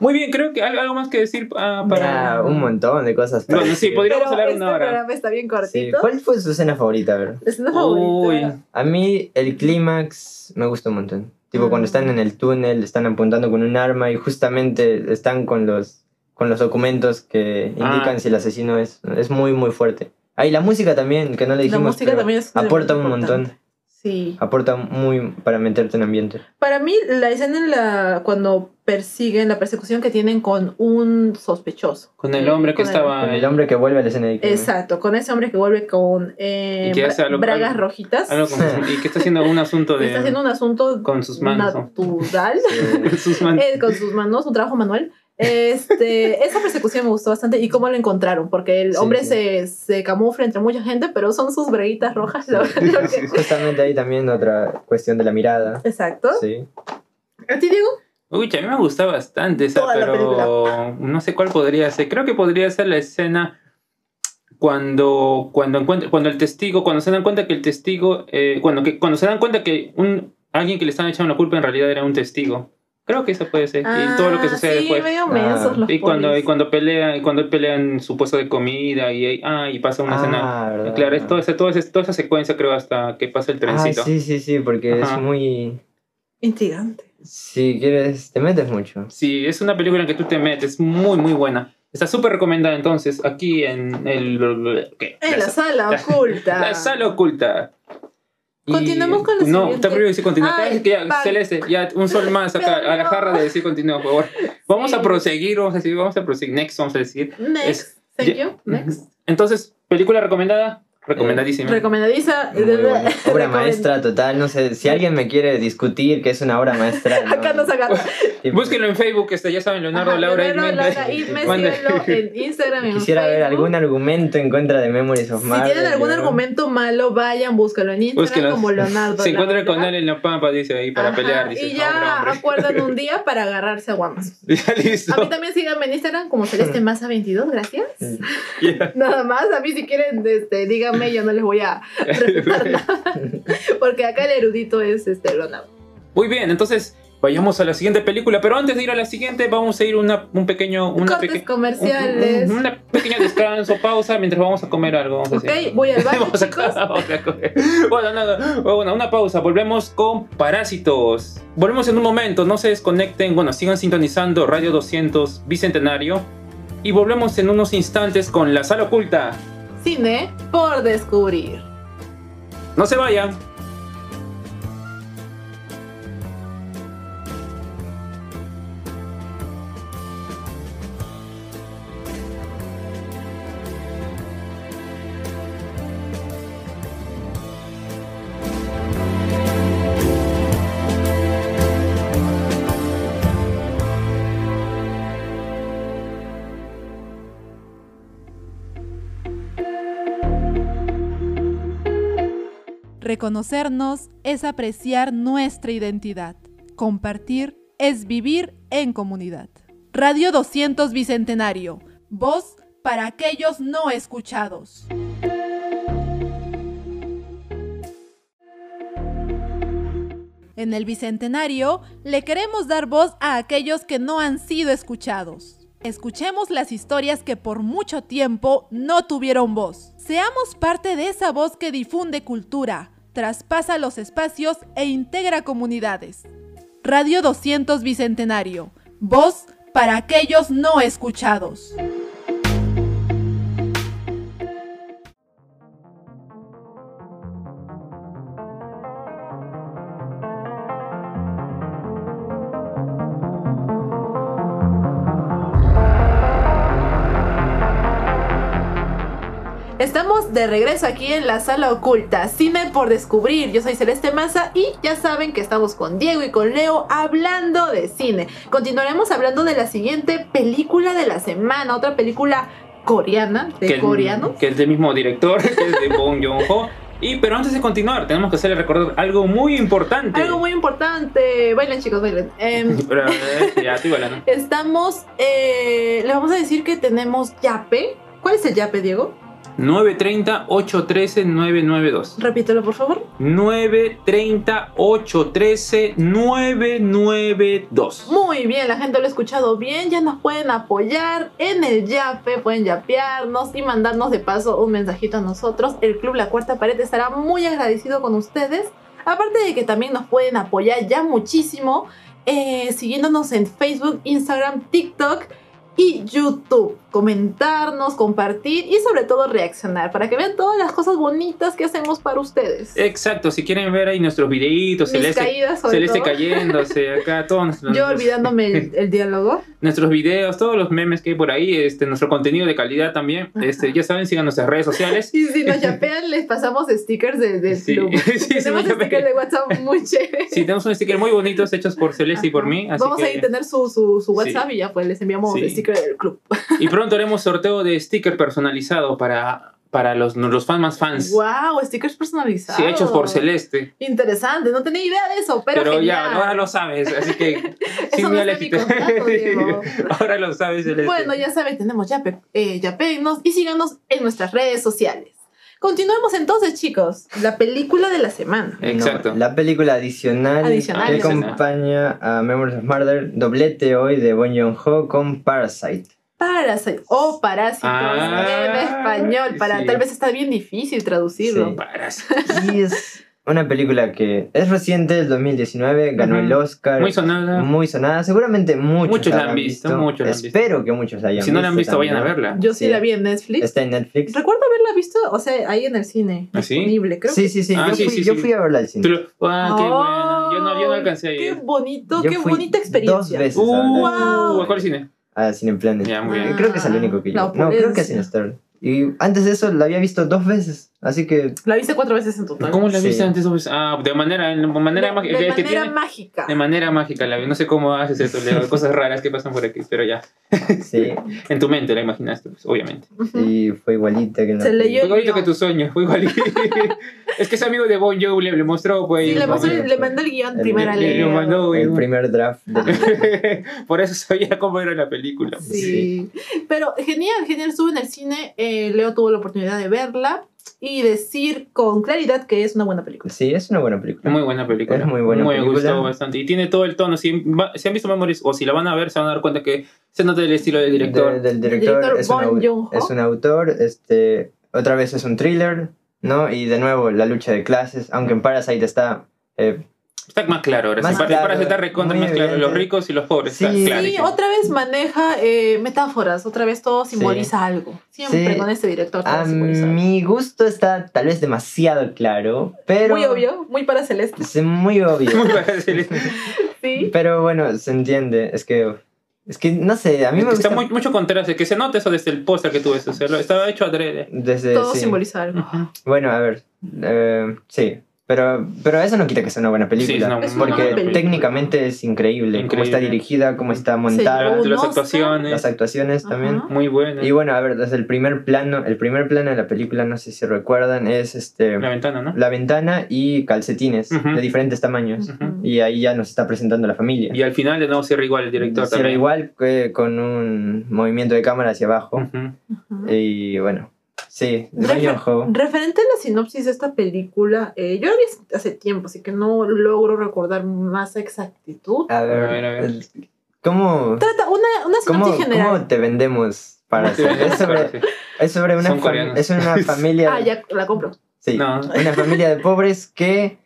Speaker 1: Muy bien, creo que algo, algo más que decir ah, para.
Speaker 3: Ah, un montón de cosas.
Speaker 1: Bueno,
Speaker 3: para
Speaker 1: sí,
Speaker 3: decir.
Speaker 1: podría-
Speaker 2: Pero
Speaker 1: Podríamos hablar
Speaker 2: este
Speaker 1: una hora.
Speaker 2: programa está bien
Speaker 3: Sí,
Speaker 2: cortito.
Speaker 3: ¿Cuál fue su escena favorita? A ver.
Speaker 2: La escena
Speaker 1: Uy.
Speaker 2: favorita.
Speaker 3: A mí el clímax me gusta un montón. Tipo, cuando están en el túnel, están apuntando con un arma y justamente están con los, con los documentos que
Speaker 1: Ah.
Speaker 3: indican si el asesino es. Es muy, muy fuerte. Ah, y la música también, que no
Speaker 2: La
Speaker 3: le dijimos.
Speaker 2: música
Speaker 3: pero
Speaker 2: también es un
Speaker 3: aporta un
Speaker 2: elemento
Speaker 3: montón.
Speaker 2: importante. Sí.
Speaker 3: Aporta muy para meterte en ambiente.
Speaker 2: Para mí, la escena en la, cuando persiguen, la persecución que tienen con un sospechoso.
Speaker 1: Con el hombre que
Speaker 2: Con el-
Speaker 1: estaba.
Speaker 3: Con el hombre que vuelve a la escena de crimen.
Speaker 2: Exacto, con ese hombre que vuelve con eh,
Speaker 1: Y que hace
Speaker 2: bra-
Speaker 1: algo-
Speaker 2: bragas
Speaker 1: algo-
Speaker 2: rojitas.
Speaker 1: algo con- y que está haciendo un asunto de.
Speaker 2: está haciendo un asunto
Speaker 1: con sus manos. ¿no?
Speaker 2: natural,
Speaker 3: Sí.
Speaker 1: Sus manos.
Speaker 2: eh, con sus manos, un trabajo manual. Este, esa persecución me gustó bastante y cómo lo encontraron, porque el
Speaker 3: Sí,
Speaker 2: hombre
Speaker 3: sí.
Speaker 2: Se, se camufla entre mucha gente, pero son sus braguitas rojas. lo- lo que-
Speaker 3: Justamente ahí también otra cuestión de la mirada.
Speaker 2: Exacto.
Speaker 3: Sí.
Speaker 2: ¿A ti, Diego?
Speaker 1: Uy, a mí me gusta bastante esa,
Speaker 2: Toda la
Speaker 1: pero no sé cuál podría ser. Creo que podría ser la escena cuando cuando encuentra, cuando el testigo, cuando se dan cuenta que el testigo, eh, cuando que cuando se dan cuenta que un alguien que le estaban echando la culpa en realidad era un testigo. Creo que eso puede ser. y todo lo que
Speaker 2: Ah,
Speaker 1: sucede
Speaker 2: sí,
Speaker 1: después.
Speaker 2: medio mensos
Speaker 3: Ah.
Speaker 2: los
Speaker 1: Y cuando, y
Speaker 2: polis.
Speaker 1: cuando pelean, y cuando pelean su puesto de comida y, ahí- ah, y pasa una escena.
Speaker 3: Ah, verdad.
Speaker 1: Claro, es toda esa, toda esa- toda esa secuencia creo hasta que pasa el
Speaker 3: Ah,
Speaker 1: trencito.
Speaker 3: sí, sí, sí, porque
Speaker 1: Ajá.
Speaker 3: es muy.
Speaker 2: Intrigante.
Speaker 3: Si quieres, te metes mucho.
Speaker 1: Sí, es una película en que tú te metes, muy, muy buena. Está súper recomendada entonces, aquí en el... ¿qué?
Speaker 2: En Eh, la sala
Speaker 1: la-
Speaker 2: oculta.
Speaker 1: la sala oculta. Y-
Speaker 2: Continuamos con la
Speaker 1: No,
Speaker 2: siguiente.
Speaker 1: está prohibido decir continúa.
Speaker 2: Ay,
Speaker 1: Es que ya,
Speaker 2: pan.
Speaker 1: Celeste, ya un sol más acá,
Speaker 2: Pero
Speaker 1: a la
Speaker 2: no.
Speaker 1: jarra de decir continúa, por favor. Vamos a
Speaker 2: Sí.
Speaker 1: proseguir, vamos a decir, vamos a proseguir. Next, vamos a decir.
Speaker 2: Next. Thank
Speaker 1: Ya-
Speaker 2: you. Next.
Speaker 1: Entonces, película recomendada, recomendadísima.
Speaker 2: Recomendadiza.
Speaker 3: Muy buena. Obra maestra total, no sé, si alguien me quiere discutir que es una obra maestra. no,
Speaker 2: Acá nos agarra.
Speaker 3: tipo,
Speaker 1: Búsquenlo en Facebook, este, ya saben, Leonardo,
Speaker 2: Ajá,
Speaker 1: Laura
Speaker 2: Leonardo,
Speaker 1: y
Speaker 2: Laura
Speaker 1: Méndez.
Speaker 2: Idmes,
Speaker 1: Mande.
Speaker 2: síganlo en Instagram. en
Speaker 3: Quisiera ver
Speaker 2: Facebook.
Speaker 3: algún argumento en contra de Memories of
Speaker 2: Si
Speaker 3: Marvel.
Speaker 2: tienen algún
Speaker 3: ¿no?
Speaker 2: argumento malo, vayan, búscalo en Instagram
Speaker 1: Búsquenlo.
Speaker 2: como Leonardo.
Speaker 1: Se encuentra con
Speaker 2: Laura.
Speaker 1: él en la pampa, dice ahí, para
Speaker 2: Ajá,
Speaker 1: pelear. Dice,
Speaker 2: y
Speaker 1: no,
Speaker 2: ya
Speaker 1: hombre, hombre.
Speaker 2: acuerdan un día para agarrarse a guamas.
Speaker 1: Ya listo.
Speaker 2: A mí también síganme en Instagram como Celeste Masa 22, gracias.
Speaker 1: Ya.
Speaker 2: Nada más, a mí si quieren, este, díganme, yo no les voy a refutar nada. Porque acá el erudito es este Leonardo.
Speaker 1: Muy bien, entonces vayamos a la siguiente película, pero antes de ir a la siguiente vamos a ir una, un pequeño... Una
Speaker 2: Cortes
Speaker 1: peque-
Speaker 2: comerciales.
Speaker 1: un- un- una pequeña descanso, pausa, mientras vamos a comer algo. vamos a
Speaker 2: Ok,
Speaker 1: hacer.
Speaker 2: voy al baño,
Speaker 1: Vamos a-
Speaker 2: chicos.
Speaker 1: vamos a comer. Bueno, nada, bueno, una pausa, volvemos con Parásitos. Volvemos en un momento, no se desconecten, bueno, sigan sintonizando Radio 200 Bicentenario y volvemos en unos instantes con La Sala Oculta.
Speaker 2: Cine por descubrir.
Speaker 1: No se vayan.
Speaker 4: Reconocernos es apreciar nuestra identidad. Compartir es vivir en comunidad. Radio 200 Bicentenario. Voz para aquellos no escuchados. En el Bicentenario le queremos dar voz a aquellos que no han sido escuchados. Escuchemos las historias que por mucho tiempo no tuvieron voz. Seamos parte de esa voz que difunde cultura, traspasa los espacios e integra comunidades. Radio 200 Bicentenario. Voz para aquellos no escuchados.
Speaker 2: Estamos de regreso aquí en la sala oculta, cine por descubrir. Yo soy Celeste Maza y ya saben que estamos con Diego y con Leo hablando de cine. Continuaremos hablando de la siguiente película de la semana, otra película coreana, de
Speaker 1: que,
Speaker 2: coreano.
Speaker 1: que es del mismo director, que es de Bong Joon-ho. Y, pero antes de continuar, tenemos que hacerle recordar algo muy importante.
Speaker 2: Algo muy importante. Bailen chicos, bailen. Em,
Speaker 1: Pero, eh, ya, estoy bailando.
Speaker 2: estamos, eh, le vamos a decir que tenemos yape. ¿Cuál es el yape, Diego?
Speaker 1: 930-813-992.
Speaker 2: Repítelo, por favor.
Speaker 1: 930-813-992.
Speaker 2: Muy bien, la gente lo ha escuchado bien, ya nos pueden apoyar en el yape, pueden yapearnos y mandarnos de paso un mensajito a nosotros. El club La Cuarta Pared estará muy agradecido con ustedes. Aparte de que también nos pueden apoyar ya muchísimo eh, siguiéndonos en Facebook, Instagram, TikTok y YouTube. Comentarnos, compartir y sobre todo reaccionar para que vean todas las cosas bonitas que hacemos para ustedes.
Speaker 1: Exacto, si quieren ver ahí nuestros videitos,
Speaker 2: Mis
Speaker 1: Celeste,
Speaker 2: caídas sobre
Speaker 1: Celeste
Speaker 2: todo.
Speaker 1: cayéndose, acá todos nuestros-
Speaker 2: Yo olvidándome el- el diálogo.
Speaker 1: nuestros videos, todos los memes que hay por ahí, este, nuestro contenido de calidad también. Este, ya saben, sigan nuestras redes sociales.
Speaker 2: Y si nos yapean, les pasamos stickers de, del
Speaker 1: Sí,
Speaker 2: club.
Speaker 1: sí, sí,
Speaker 2: Tenemos
Speaker 1: me llamé.
Speaker 2: este stickers de WhatsApp muy chéveres.
Speaker 1: Sí, tenemos unos stickers muy bonitos hechos por Celeste y por mí. así
Speaker 2: Vamos
Speaker 1: que-
Speaker 2: a ir a tener su, su, su
Speaker 1: Sí.
Speaker 2: WhatsApp y ya pues les enviamos
Speaker 1: Sí.
Speaker 2: el sticker del club.
Speaker 1: Y pronto haremos sorteo de sticker personalizado para, para los, los fans más fans.
Speaker 2: ¡Wow! Stickers personalizados.
Speaker 1: Pues, Sí, hechos por Celeste.
Speaker 2: Interesante, no tenía idea de eso, pero,
Speaker 1: Pero, ya,
Speaker 2: genial.
Speaker 1: ahora lo sabes, así que sí,
Speaker 2: Eso no
Speaker 1: muy
Speaker 2: está en mi
Speaker 1: alejito.
Speaker 2: contrato, Diego.
Speaker 1: ahora lo sabes, Celeste.
Speaker 2: Bueno, ya saben, tenemos yape, eh, yapeennos y síganos en nuestras redes sociales. Continuemos entonces, chicos. La película de la semana.
Speaker 3: No,
Speaker 1: Exacto.
Speaker 3: la película adicional,
Speaker 2: Adicional.
Speaker 3: que
Speaker 1: Adicional.
Speaker 3: acompaña a Memories of Murder, doblete hoy de Bong Joon-ho con Parasite.
Speaker 2: Parasite o oh, Parásitos
Speaker 1: Ah,
Speaker 2: en español. Para,
Speaker 1: sí.
Speaker 2: Tal vez está bien difícil traducirlo.
Speaker 3: Sí.
Speaker 1: Paras.
Speaker 3: Y es una película que es reciente, el 2019, ganó
Speaker 1: Ujú.
Speaker 3: el Oscar.
Speaker 1: Muy sonada.
Speaker 3: Muy sonada. Seguramente muchos,
Speaker 1: Muchos la han visto, muchos la han visto.
Speaker 3: Espero que muchos la hayan
Speaker 1: Si
Speaker 3: visto.
Speaker 1: no la han visto, vayan a
Speaker 3: también.
Speaker 1: verla.
Speaker 2: Yo sí,
Speaker 3: Sí.
Speaker 2: la vi en Netflix.
Speaker 3: Está en Netflix.
Speaker 2: Recuerdo haberla visto, o sea, ahí en el cine.
Speaker 1: ¿Ah, sí?
Speaker 2: Disponible, creo.
Speaker 3: Sí, sí, sí.
Speaker 1: Ah,
Speaker 3: yo,
Speaker 1: sí,
Speaker 3: fui,
Speaker 1: sí,
Speaker 3: yo
Speaker 1: sí.
Speaker 3: fui a verla al
Speaker 1: Tú
Speaker 3: cine.
Speaker 1: lo- Ah, qué bueno. Yo no, yo no alcancé a
Speaker 2: Oh, Qué
Speaker 1: ir.
Speaker 2: bonito,
Speaker 3: Yo
Speaker 2: qué
Speaker 3: fui
Speaker 2: bonita experiencia.
Speaker 3: Dos veces. a
Speaker 1: Uh,
Speaker 3: verla.
Speaker 2: Wow.
Speaker 1: ¿a ¿Cuál cine?
Speaker 3: A Cineplanet.
Speaker 1: Ya, muy bien.
Speaker 3: Creo que es el único que
Speaker 2: Ah, La
Speaker 3: yo. No, creo que
Speaker 2: opulencia.
Speaker 3: es Cinestar. Y antes de eso la había visto dos veces. Así que
Speaker 2: La viste cuatro veces en total.
Speaker 1: ¿Cómo la
Speaker 3: Sí.
Speaker 1: viste antes? Ah, de manera, de manera
Speaker 2: de,
Speaker 1: mágica.
Speaker 2: de
Speaker 1: que- que
Speaker 2: manera
Speaker 1: tiene-
Speaker 2: mágica.
Speaker 1: De manera mágica la vi. No sé cómo haces eso, Leo. Cosas raras que pasan por aquí, pero ya.
Speaker 3: sí.
Speaker 1: En tu mente la imaginaste, pues, obviamente.
Speaker 2: Ujú.
Speaker 3: Y fue igualita que en la
Speaker 2: Se leyó-
Speaker 3: película.
Speaker 1: Fue igualito
Speaker 2: guión.
Speaker 1: que tu sueño, fue igualito. es que es amigo de Bon Jovi, le, le mostró, pues.
Speaker 2: Sí, le, pasó-
Speaker 3: mandó-
Speaker 2: le mandó el guión
Speaker 3: El-
Speaker 2: primero a
Speaker 1: le- le
Speaker 2: Leo.
Speaker 1: mandó-
Speaker 3: El primer draft. de-
Speaker 1: por eso sabía cómo era la película.
Speaker 2: Sí. Pero genial, genial. Estuve en el cine. eh, Leo tuvo la oportunidad de verla y decir con claridad que es una buena película.
Speaker 3: Sí, es una buena película.
Speaker 1: Muy buena película.
Speaker 3: Es muy buena
Speaker 1: Me
Speaker 3: película.
Speaker 1: gustó bastante. Y tiene todo el tono. Si, va- si han visto Memories o si la van a ver, se van a dar cuenta que se nota el estilo del director.
Speaker 3: De- del
Speaker 2: Del
Speaker 3: director,
Speaker 2: director
Speaker 3: es, un
Speaker 2: Bong
Speaker 3: au-
Speaker 2: Joon-ho.
Speaker 3: es un autor, este, otra vez es un thriller, ¿no? Y de nuevo la lucha de clases, aunque en Parasite está... eh,
Speaker 1: Está más claro ahora.
Speaker 3: Más
Speaker 1: sí, para-
Speaker 3: claro,
Speaker 1: para estar recontra
Speaker 3: muy
Speaker 1: más claro.
Speaker 3: evidente.
Speaker 1: Los ricos y los pobres.
Speaker 3: Sí.
Speaker 1: está claro.
Speaker 2: Sí, otra vez maneja eh, metáforas, otra vez todo simboliza algo. Siempre
Speaker 3: Sí.
Speaker 2: con este director todo
Speaker 3: a
Speaker 2: simboliza algo.
Speaker 3: mi gusto está tal vez demasiado claro, pero...
Speaker 2: Muy obvio, muy para Celeste.
Speaker 3: Es muy obvio.
Speaker 1: Muy fácil.
Speaker 2: Sí.
Speaker 3: pero bueno, se entiende, es que... Es que, no sé, a mí me
Speaker 1: Está
Speaker 3: gusta...
Speaker 1: muy- mucho contraste. Que se nota eso desde el póster que tú ves. o sea, lo- estaba hecho adrede.
Speaker 3: Desde,
Speaker 2: Todo
Speaker 3: sí.
Speaker 2: simboliza algo.
Speaker 1: Ujú.
Speaker 3: Bueno, a ver, eh, sí. Pero, pero eso no quita que sea una buena película.
Speaker 1: Sí, es una
Speaker 2: Es una
Speaker 3: porque
Speaker 2: buena película.
Speaker 3: técnicamente es increíble, cómo está
Speaker 1: Increíble.
Speaker 3: dirigida, cómo está
Speaker 1: La-
Speaker 3: montada,
Speaker 1: de las
Speaker 2: Oscar.
Speaker 1: actuaciones,
Speaker 3: Ah, las actuaciones
Speaker 2: Ajá.
Speaker 3: también.
Speaker 1: muy buena.
Speaker 3: Y bueno, a ver, desde el primer plano, el primer plano de la película, no sé si recuerdan, es este
Speaker 1: La ventana, ¿no?
Speaker 3: la ventana y calcetines
Speaker 1: Ujú.
Speaker 3: de diferentes tamaños.
Speaker 1: Ujú.
Speaker 3: Y ahí ya nos está presentando la familia.
Speaker 1: Y al final de nuevo cierra igual el director
Speaker 3: Pero
Speaker 1: también.
Speaker 3: igual que con un movimiento de cámara hacia abajo.
Speaker 1: Ujú.
Speaker 2: Ajá.
Speaker 3: Y bueno, sí, de
Speaker 2: Refer-
Speaker 3: Bong Joon-ho.
Speaker 2: Referente a la sinopsis de esta película, eh, yo la vi hace tiempo, así que no logro recordar más exactitud.
Speaker 3: A ver,
Speaker 1: A ver, a ver.
Speaker 3: el- ¿cómo,
Speaker 2: Trata una, una sinopsis
Speaker 3: cómo, cómo
Speaker 2: general.
Speaker 3: te vendemos para
Speaker 1: Sí,
Speaker 3: hacer? Es sobre,
Speaker 1: sí.
Speaker 3: es sobre una,
Speaker 1: Son
Speaker 3: fam-
Speaker 1: coreanos.
Speaker 3: es una familia.
Speaker 2: Ah, ya la compro.
Speaker 3: sí,
Speaker 1: No.
Speaker 3: Una familia de pobres que.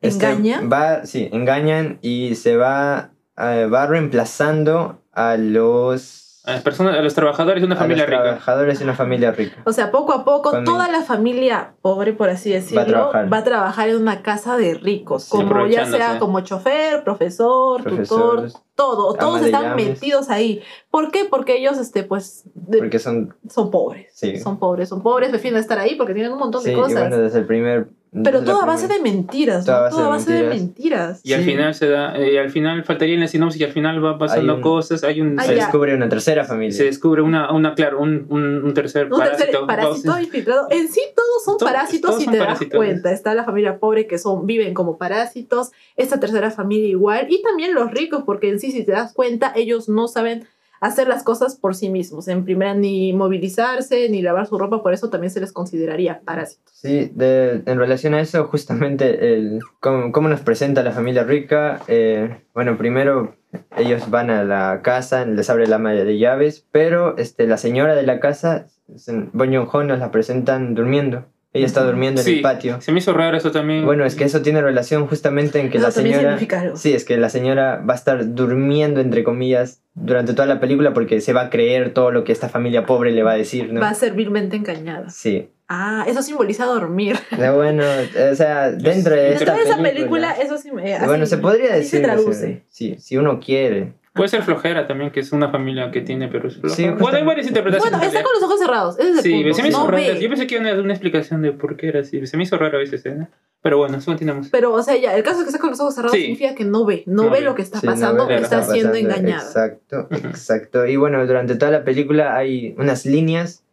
Speaker 3: este,
Speaker 2: Engaña.
Speaker 3: va, sí, engañan y se va, eh, va reemplazando a los.
Speaker 1: A las personas, a los trabajadores de Ah, una
Speaker 3: a
Speaker 1: familia
Speaker 3: los
Speaker 1: rica.
Speaker 3: trabajadores de una familia rica.
Speaker 2: O sea, poco a poco,
Speaker 3: Familia.
Speaker 2: toda la familia pobre, por así decirlo,
Speaker 3: trabajar.
Speaker 2: va a trabajar en una casa de ricos.
Speaker 1: Sí,
Speaker 2: Como ya sea
Speaker 1: aprovechándose.
Speaker 2: como chofer, profesor, tutor,
Speaker 3: Profesores,
Speaker 2: todo. Todos
Speaker 3: amas de
Speaker 2: están
Speaker 3: llaves.
Speaker 2: metidos ahí. ¿Por qué? Porque ellos, este, pues, de-
Speaker 3: Porque son
Speaker 2: son pobres.
Speaker 3: Sí.
Speaker 2: Son pobres, son pobres, prefieren estar ahí porque tienen un montón
Speaker 3: Sí,
Speaker 2: de
Speaker 3: y
Speaker 2: cosas.
Speaker 3: bueno, desde el primer.
Speaker 2: Pero
Speaker 3: desde
Speaker 2: todo
Speaker 3: la
Speaker 2: a base de
Speaker 3: primera-
Speaker 2: mentiras,
Speaker 3: Todo a
Speaker 2: ¿no?
Speaker 3: base
Speaker 2: Todo a
Speaker 3: de
Speaker 2: base de
Speaker 3: mentiras.
Speaker 2: mentiras.
Speaker 1: Y al
Speaker 3: Sí.
Speaker 1: final se da, eh, al final faltaría en la sinopsis y al final va pasando
Speaker 3: un-
Speaker 1: cosas, hay un,
Speaker 2: Ah,
Speaker 3: Se
Speaker 1: se,
Speaker 2: ya.
Speaker 3: descubre una tercera familia.
Speaker 1: se descubre una, una claro, un, un, un tercer
Speaker 2: Un
Speaker 1: parásito.
Speaker 2: tercer parásito infiltrado. En sí todos son
Speaker 1: Todos-
Speaker 2: parásitos
Speaker 1: todos
Speaker 2: si
Speaker 1: son
Speaker 2: te das
Speaker 1: parásitos.
Speaker 2: cuenta. Está la familia pobre que son, viven como parásitos, esta tercera familia igual, y también los ricos, porque en sí si te das cuenta, ellos no saben hacer las cosas por sí mismos. En primera, ni movilizarse, ni lavar su ropa, por eso también se les consideraría parásitos.
Speaker 3: Sí, de- en relación a eso, justamente, el, cómo, cómo nos presenta la familia rica. eh, bueno, primero ellos van a la casa, les abre la ama de llaves, pero este, la señora de la casa, Bon Joon-ho, nos la presentan durmiendo. Ella está durmiendo en
Speaker 1: Sí,
Speaker 3: el patio.
Speaker 1: se me hizo raro eso también.
Speaker 3: Bueno, es que eso tiene relación justamente en que
Speaker 2: Eso
Speaker 3: la
Speaker 2: también
Speaker 3: señora...
Speaker 2: significa algo.
Speaker 3: Sí, es que la señora va a estar durmiendo, entre comillas, durante toda la película porque se va a creer todo lo que esta familia pobre le va a decir, ¿no?
Speaker 2: Va a ser vilmente engañada.
Speaker 3: Sí.
Speaker 2: Ah, eso simboliza dormir.
Speaker 3: Eh, Bueno, o sea, dentro de
Speaker 2: Dentro
Speaker 3: esta
Speaker 2: de esa
Speaker 3: película...
Speaker 2: película, eso sí me. así-
Speaker 3: bueno, se podría
Speaker 2: así
Speaker 3: decir...
Speaker 2: Se traduce.
Speaker 3: Sí, si uno quiere.
Speaker 1: Puede ser flojera también, que es una familia que tiene, pero es flojera.
Speaker 3: Sí,
Speaker 1: bueno, hay
Speaker 3: justamente.
Speaker 1: varias interpretaciones.
Speaker 2: Bueno,
Speaker 1: en
Speaker 2: está
Speaker 1: realidad.
Speaker 2: con los ojos cerrados. Ese es el
Speaker 1: Sí,
Speaker 2: punto.
Speaker 1: se me hizo
Speaker 2: No
Speaker 1: raro.
Speaker 2: ve.
Speaker 1: Yo pensé que iba a dar una explicación de por qué era así. Se me hizo raro a veces, ¿eh? Pero bueno, eso continuamos.
Speaker 2: Pero, o sea, ya, el caso es que está con los ojos cerrados
Speaker 1: Sí.
Speaker 2: significa que no ve, no,
Speaker 1: No
Speaker 2: ve
Speaker 1: ve.
Speaker 2: lo que está
Speaker 3: Sí, no
Speaker 2: pasando,
Speaker 3: ver
Speaker 1: lo que
Speaker 2: está,
Speaker 3: pasando.
Speaker 2: siendo engañado.
Speaker 3: Exacto,
Speaker 1: Ujú.
Speaker 3: exacto. Y bueno, durante toda la película hay unas líneas...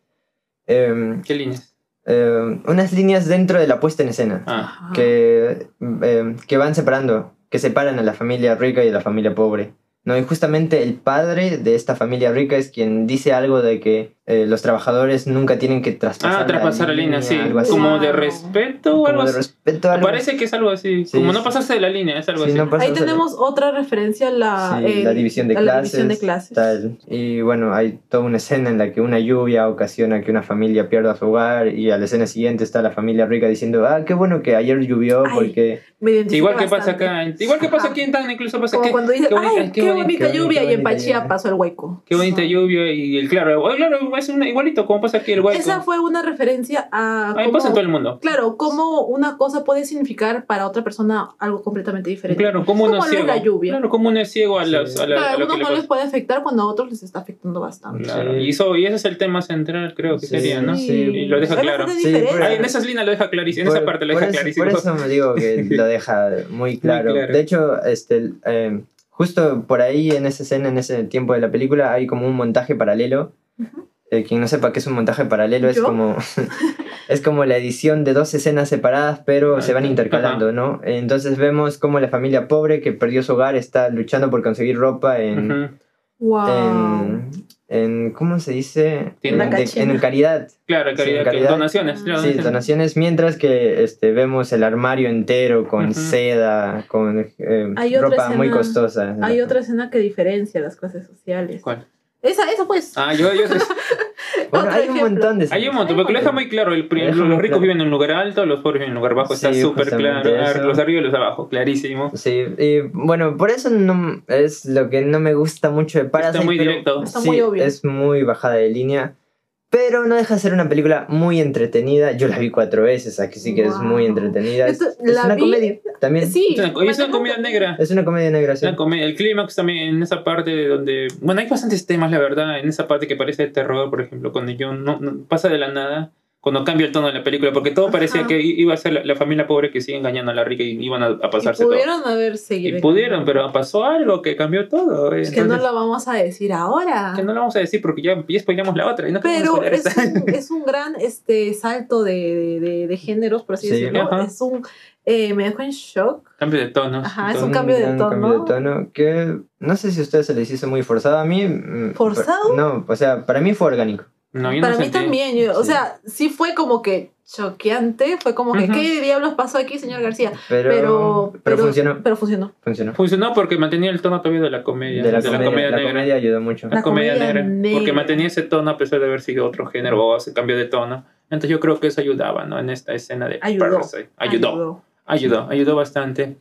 Speaker 3: em,
Speaker 1: ¿Qué líneas?
Speaker 3: em, unas líneas dentro de la puesta en escena.
Speaker 1: Ah,
Speaker 3: que, eh, que van separando, que separan a la familia rica y a la familia pobre. No, y justamente el padre de esta familia rica es quien dice algo de que eh, los trabajadores nunca tienen que traspasar,
Speaker 1: ah traspasar la línea, sí.
Speaker 3: algo así.
Speaker 1: Como de
Speaker 2: Wow.
Speaker 1: respeto o
Speaker 3: Como
Speaker 1: algo
Speaker 3: de
Speaker 1: así.
Speaker 3: respeto algo
Speaker 1: Parece que es algo así.
Speaker 3: Sí,
Speaker 1: como
Speaker 3: sí.
Speaker 1: no pasarse de la línea, es algo
Speaker 3: Sí,
Speaker 1: así.
Speaker 3: no pasa-
Speaker 2: Ahí tenemos otra referencia a la,
Speaker 3: Sí, la
Speaker 2: Ah, el-
Speaker 3: división de
Speaker 2: a la división de
Speaker 3: clases,
Speaker 2: clases.
Speaker 3: tal. Y bueno, hay toda una escena en la que una lluvia ocasiona que una familia pierda su hogar y a la escena siguiente está la familia rica diciendo, ah, qué bueno que ayer llovió
Speaker 2: Ay,
Speaker 3: porque...
Speaker 2: Me
Speaker 1: Sí,
Speaker 2: identifico
Speaker 1: igual que pasa
Speaker 2: bastante.
Speaker 1: acá, en- igual que pasa
Speaker 2: Ajá.
Speaker 1: aquí en Tacna, incluso pasa
Speaker 2: Como
Speaker 1: que
Speaker 2: cuando dicen,
Speaker 1: qué bonita-
Speaker 2: ay, qué,
Speaker 1: qué bonita-
Speaker 2: bonita
Speaker 3: qué
Speaker 2: lluvia, y en
Speaker 3: bonita
Speaker 2: Pachía
Speaker 3: lluvia.
Speaker 2: pasó el hueco.
Speaker 1: qué bonita
Speaker 2: Ah.
Speaker 1: lluvia y el claro, oh, claro, es un- igualito como pasa aquí el hueco.
Speaker 2: Esa fue una referencia a.
Speaker 1: Ahí
Speaker 2: cómo-
Speaker 1: pasa en todo el mundo.
Speaker 2: Claro, cómo una cosa puede significar para otra persona algo completamente diferente.
Speaker 1: Claro, como uno
Speaker 2: Como
Speaker 1: es ciego.
Speaker 2: la lluvia.
Speaker 1: Claro, como uno es ciego a, las, a, la-
Speaker 2: Claro,
Speaker 1: a
Speaker 2: a
Speaker 1: lo que
Speaker 2: algunos
Speaker 1: le
Speaker 2: no les
Speaker 1: pasa.
Speaker 2: puede afectar cuando a otros les está afectando bastante.
Speaker 1: Claro,
Speaker 3: Sí.
Speaker 1: Y, eso, y ese es el tema central, creo que
Speaker 3: Sí.
Speaker 1: sería, ¿no?
Speaker 3: Sí. Y lo
Speaker 1: deja
Speaker 2: Es
Speaker 1: claro.
Speaker 2: bastante
Speaker 3: Sí, por-
Speaker 2: diferente.
Speaker 1: Ahí en esas líneas lo deja clarísimo, en esa parte lo
Speaker 3: por
Speaker 1: deja
Speaker 3: eso,
Speaker 1: clarísimo.
Speaker 3: Por eso me digo que lo deja muy claro.
Speaker 1: claro.
Speaker 3: De hecho, este, eh, justo por ahí, en esa escena, en ese tiempo de la película, hay como un montaje paralelo. Eh, quien no sepa qué es un montaje paralelo, es
Speaker 2: ¿Yo?
Speaker 3: como, es como la edición de dos escenas separadas, pero
Speaker 1: Ah,
Speaker 3: se van
Speaker 1: ok.
Speaker 3: intercalando, ¿no? Entonces vemos como la familia pobre que perdió su hogar está luchando por conseguir ropa en...
Speaker 1: Ujú,
Speaker 2: Wow.
Speaker 3: en en- ¿Cómo se dice?
Speaker 1: Tienda.
Speaker 3: En, de-
Speaker 2: Ah. Cachina.
Speaker 3: en caridad.
Speaker 1: Claro,
Speaker 3: Sí,
Speaker 1: caridad,
Speaker 3: caridad.
Speaker 1: donaciones.
Speaker 2: Sí,
Speaker 3: Sí,
Speaker 1: donaciones.
Speaker 3: donaciones, mientras que este, vemos el armario entero con
Speaker 1: Ujú.
Speaker 3: seda, con eh,
Speaker 2: Hay otra
Speaker 3: ropa muy
Speaker 2: escena-
Speaker 3: costosa.
Speaker 2: Hay otra escena que diferencia las clases sociales.
Speaker 1: ¿Cuál?
Speaker 2: Esa, esa pues.
Speaker 1: Ah, yo, yo,
Speaker 3: Bueno,
Speaker 2: Otro
Speaker 3: hay
Speaker 2: ejemplo.
Speaker 3: un montón de
Speaker 1: Hay un
Speaker 3: escenas.
Speaker 1: montón, porque lo deja muy claro. el pri-
Speaker 3: Lo deja
Speaker 1: los
Speaker 3: muy
Speaker 1: ricos
Speaker 3: claro.
Speaker 1: viven en un lugar alto, los pobres viven en un lugar bajo. Está
Speaker 3: Sí,
Speaker 1: súper
Speaker 3: justamente
Speaker 1: claro. Ah,
Speaker 3: eso.
Speaker 1: Los de arriba y los de abajo, clarísimo.
Speaker 3: Sí, y bueno, por eso no, es lo que no me gusta mucho de Parasite.
Speaker 1: muy
Speaker 3: pero
Speaker 1: directo.
Speaker 2: Está
Speaker 3: sí,
Speaker 2: muy obvio.
Speaker 3: es muy bajada de línea. Pero no deja de ser una película muy entretenida. Yo la vi cuatro veces, aquí sí que es muy
Speaker 2: Wow.
Speaker 3: entretenida. Es,
Speaker 2: Esto-
Speaker 3: es
Speaker 2: la
Speaker 3: una
Speaker 2: vi-
Speaker 3: comedia también.
Speaker 2: Sí.
Speaker 1: Es una, es una comida negra.
Speaker 3: Es una comedia negra,
Speaker 1: Es
Speaker 3: sí.
Speaker 1: una comedia. El clímax también en esa parte de donde. Bueno, hay bastantes temas, la verdad. En esa parte que parece de terror, por ejemplo, cuando yo no, no- pasa de la nada. cuando cambia el tono de la película, porque todo parecía
Speaker 2: Ajá.
Speaker 1: que i- iba a ser la, la familia pobre que sigue engañando a la rica y iban a, a pasarse
Speaker 2: y
Speaker 1: todo.
Speaker 2: pudieron haber seguido.
Speaker 1: Y pudieron, pero pasó algo que cambió todo. eh,
Speaker 2: Es que no
Speaker 1: entonces-
Speaker 2: lo vamos a decir ahora.
Speaker 1: que no lo vamos a decir porque ya, ya spoileamos la otra y no queremos
Speaker 2: Pero
Speaker 1: spoilear
Speaker 2: es
Speaker 1: esta.
Speaker 2: un, es un gran este, salto de, de- de- de géneros, por así
Speaker 3: Sí.
Speaker 2: decirlo.
Speaker 1: Ajá.
Speaker 2: Es un. eh, me dejó en shock.
Speaker 1: Cambio de tono.
Speaker 2: Ajá,
Speaker 3: Ah,
Speaker 2: es
Speaker 1: Entonces,
Speaker 2: un cambio de
Speaker 3: gran
Speaker 2: tono.
Speaker 3: cambio de tono que no sé si a ustedes se les hizo muy forzado a mí. mm,
Speaker 2: ¿Forzado?
Speaker 3: No, o sea, para mí fue orgánico.
Speaker 1: no, yo no
Speaker 2: Para mí
Speaker 1: sentí.
Speaker 2: también. yo- O
Speaker 3: Sí.
Speaker 2: sea, sí fue como que choqueante. Fue como que,
Speaker 1: Ujú.
Speaker 2: ¿qué diablos pasó aquí, señor García?
Speaker 3: Pero,
Speaker 2: Pero,
Speaker 3: pero, funcionó.
Speaker 2: Pero funcionó.
Speaker 3: funcionó.
Speaker 1: Funcionó porque mantenía el tono todavía de la comedia,
Speaker 3: De la, comedia, la
Speaker 1: negra.
Speaker 3: comedia ayudó mucho.
Speaker 1: La,
Speaker 2: La
Speaker 1: comedia,
Speaker 2: comedia
Speaker 1: negra, Porque
Speaker 2: negra.
Speaker 1: mantenía ese tono a pesar de haber sido otro género o ese cambio de tono. Entonces yo creo que eso ayudaba, ¿no? En esta escena de
Speaker 2: Ayudó.
Speaker 1: Parasite. Ayudó. Ayudó. Ayudó. bastante.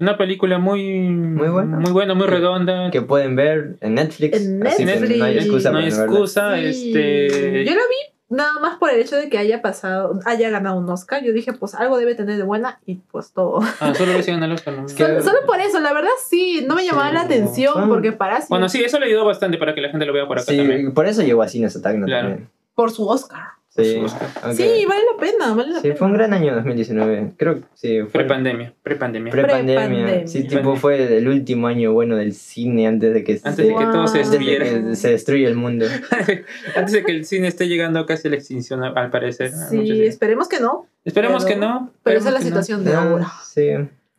Speaker 1: Una película muy... Muy
Speaker 3: buena.
Speaker 1: Muy buena, muy
Speaker 3: Que-
Speaker 1: redonda.
Speaker 3: que pueden ver en Netflix.
Speaker 2: En
Speaker 3: así que
Speaker 1: Netflix.
Speaker 3: no hay excusa
Speaker 1: no hay
Speaker 3: para no verla.
Speaker 1: excusa.
Speaker 2: Sí.
Speaker 1: Ah, Este...
Speaker 2: Yo la vi nada más por el hecho de que haya pasado, haya ganado un Oscar. Yo dije, pues algo debe tener de buena y pues todo.
Speaker 1: Ah, solo lo hicieron en el Oscar, ¿no?
Speaker 3: Que-
Speaker 2: Solo, solo por eso, la verdad sí, no me llamaba
Speaker 3: Sí.
Speaker 2: la atención
Speaker 3: Ah.
Speaker 2: porque Parásito
Speaker 1: Bueno, sí, eso le ayudó bastante para que la gente lo vea por acá
Speaker 3: Sí,
Speaker 1: también.
Speaker 3: por eso llegó a Cines Attack ¿no?
Speaker 1: Claro.
Speaker 3: también.
Speaker 2: por su Oscar.
Speaker 3: Sí,
Speaker 1: Por supuesto.
Speaker 3: aunque-
Speaker 2: Sí, vale la pena, vale la
Speaker 3: sí,
Speaker 2: pena.
Speaker 3: fue un gran año 2019. Creo que sí, fue
Speaker 1: Prepandemia. Prepandemia.
Speaker 3: prepandemia.
Speaker 2: Prepandemia.
Speaker 3: Sí, tipo fue el último año bueno del cine antes de que,
Speaker 1: Antes de que
Speaker 2: Wow.
Speaker 1: todo se
Speaker 2: Antes
Speaker 3: antes de
Speaker 1: destruyera.
Speaker 3: que se destruya el mundo.
Speaker 1: Antes de que el cine esté llegando casi a la extinción, al al parecer. Muchos
Speaker 2: Sí,
Speaker 1: dicen.
Speaker 2: esperemos que no,
Speaker 1: Esperemos
Speaker 2: pero-
Speaker 1: que no.
Speaker 2: pero esa
Speaker 1: esperemos
Speaker 2: es la
Speaker 1: que no.
Speaker 2: situación de ahora.
Speaker 3: Ah, sí,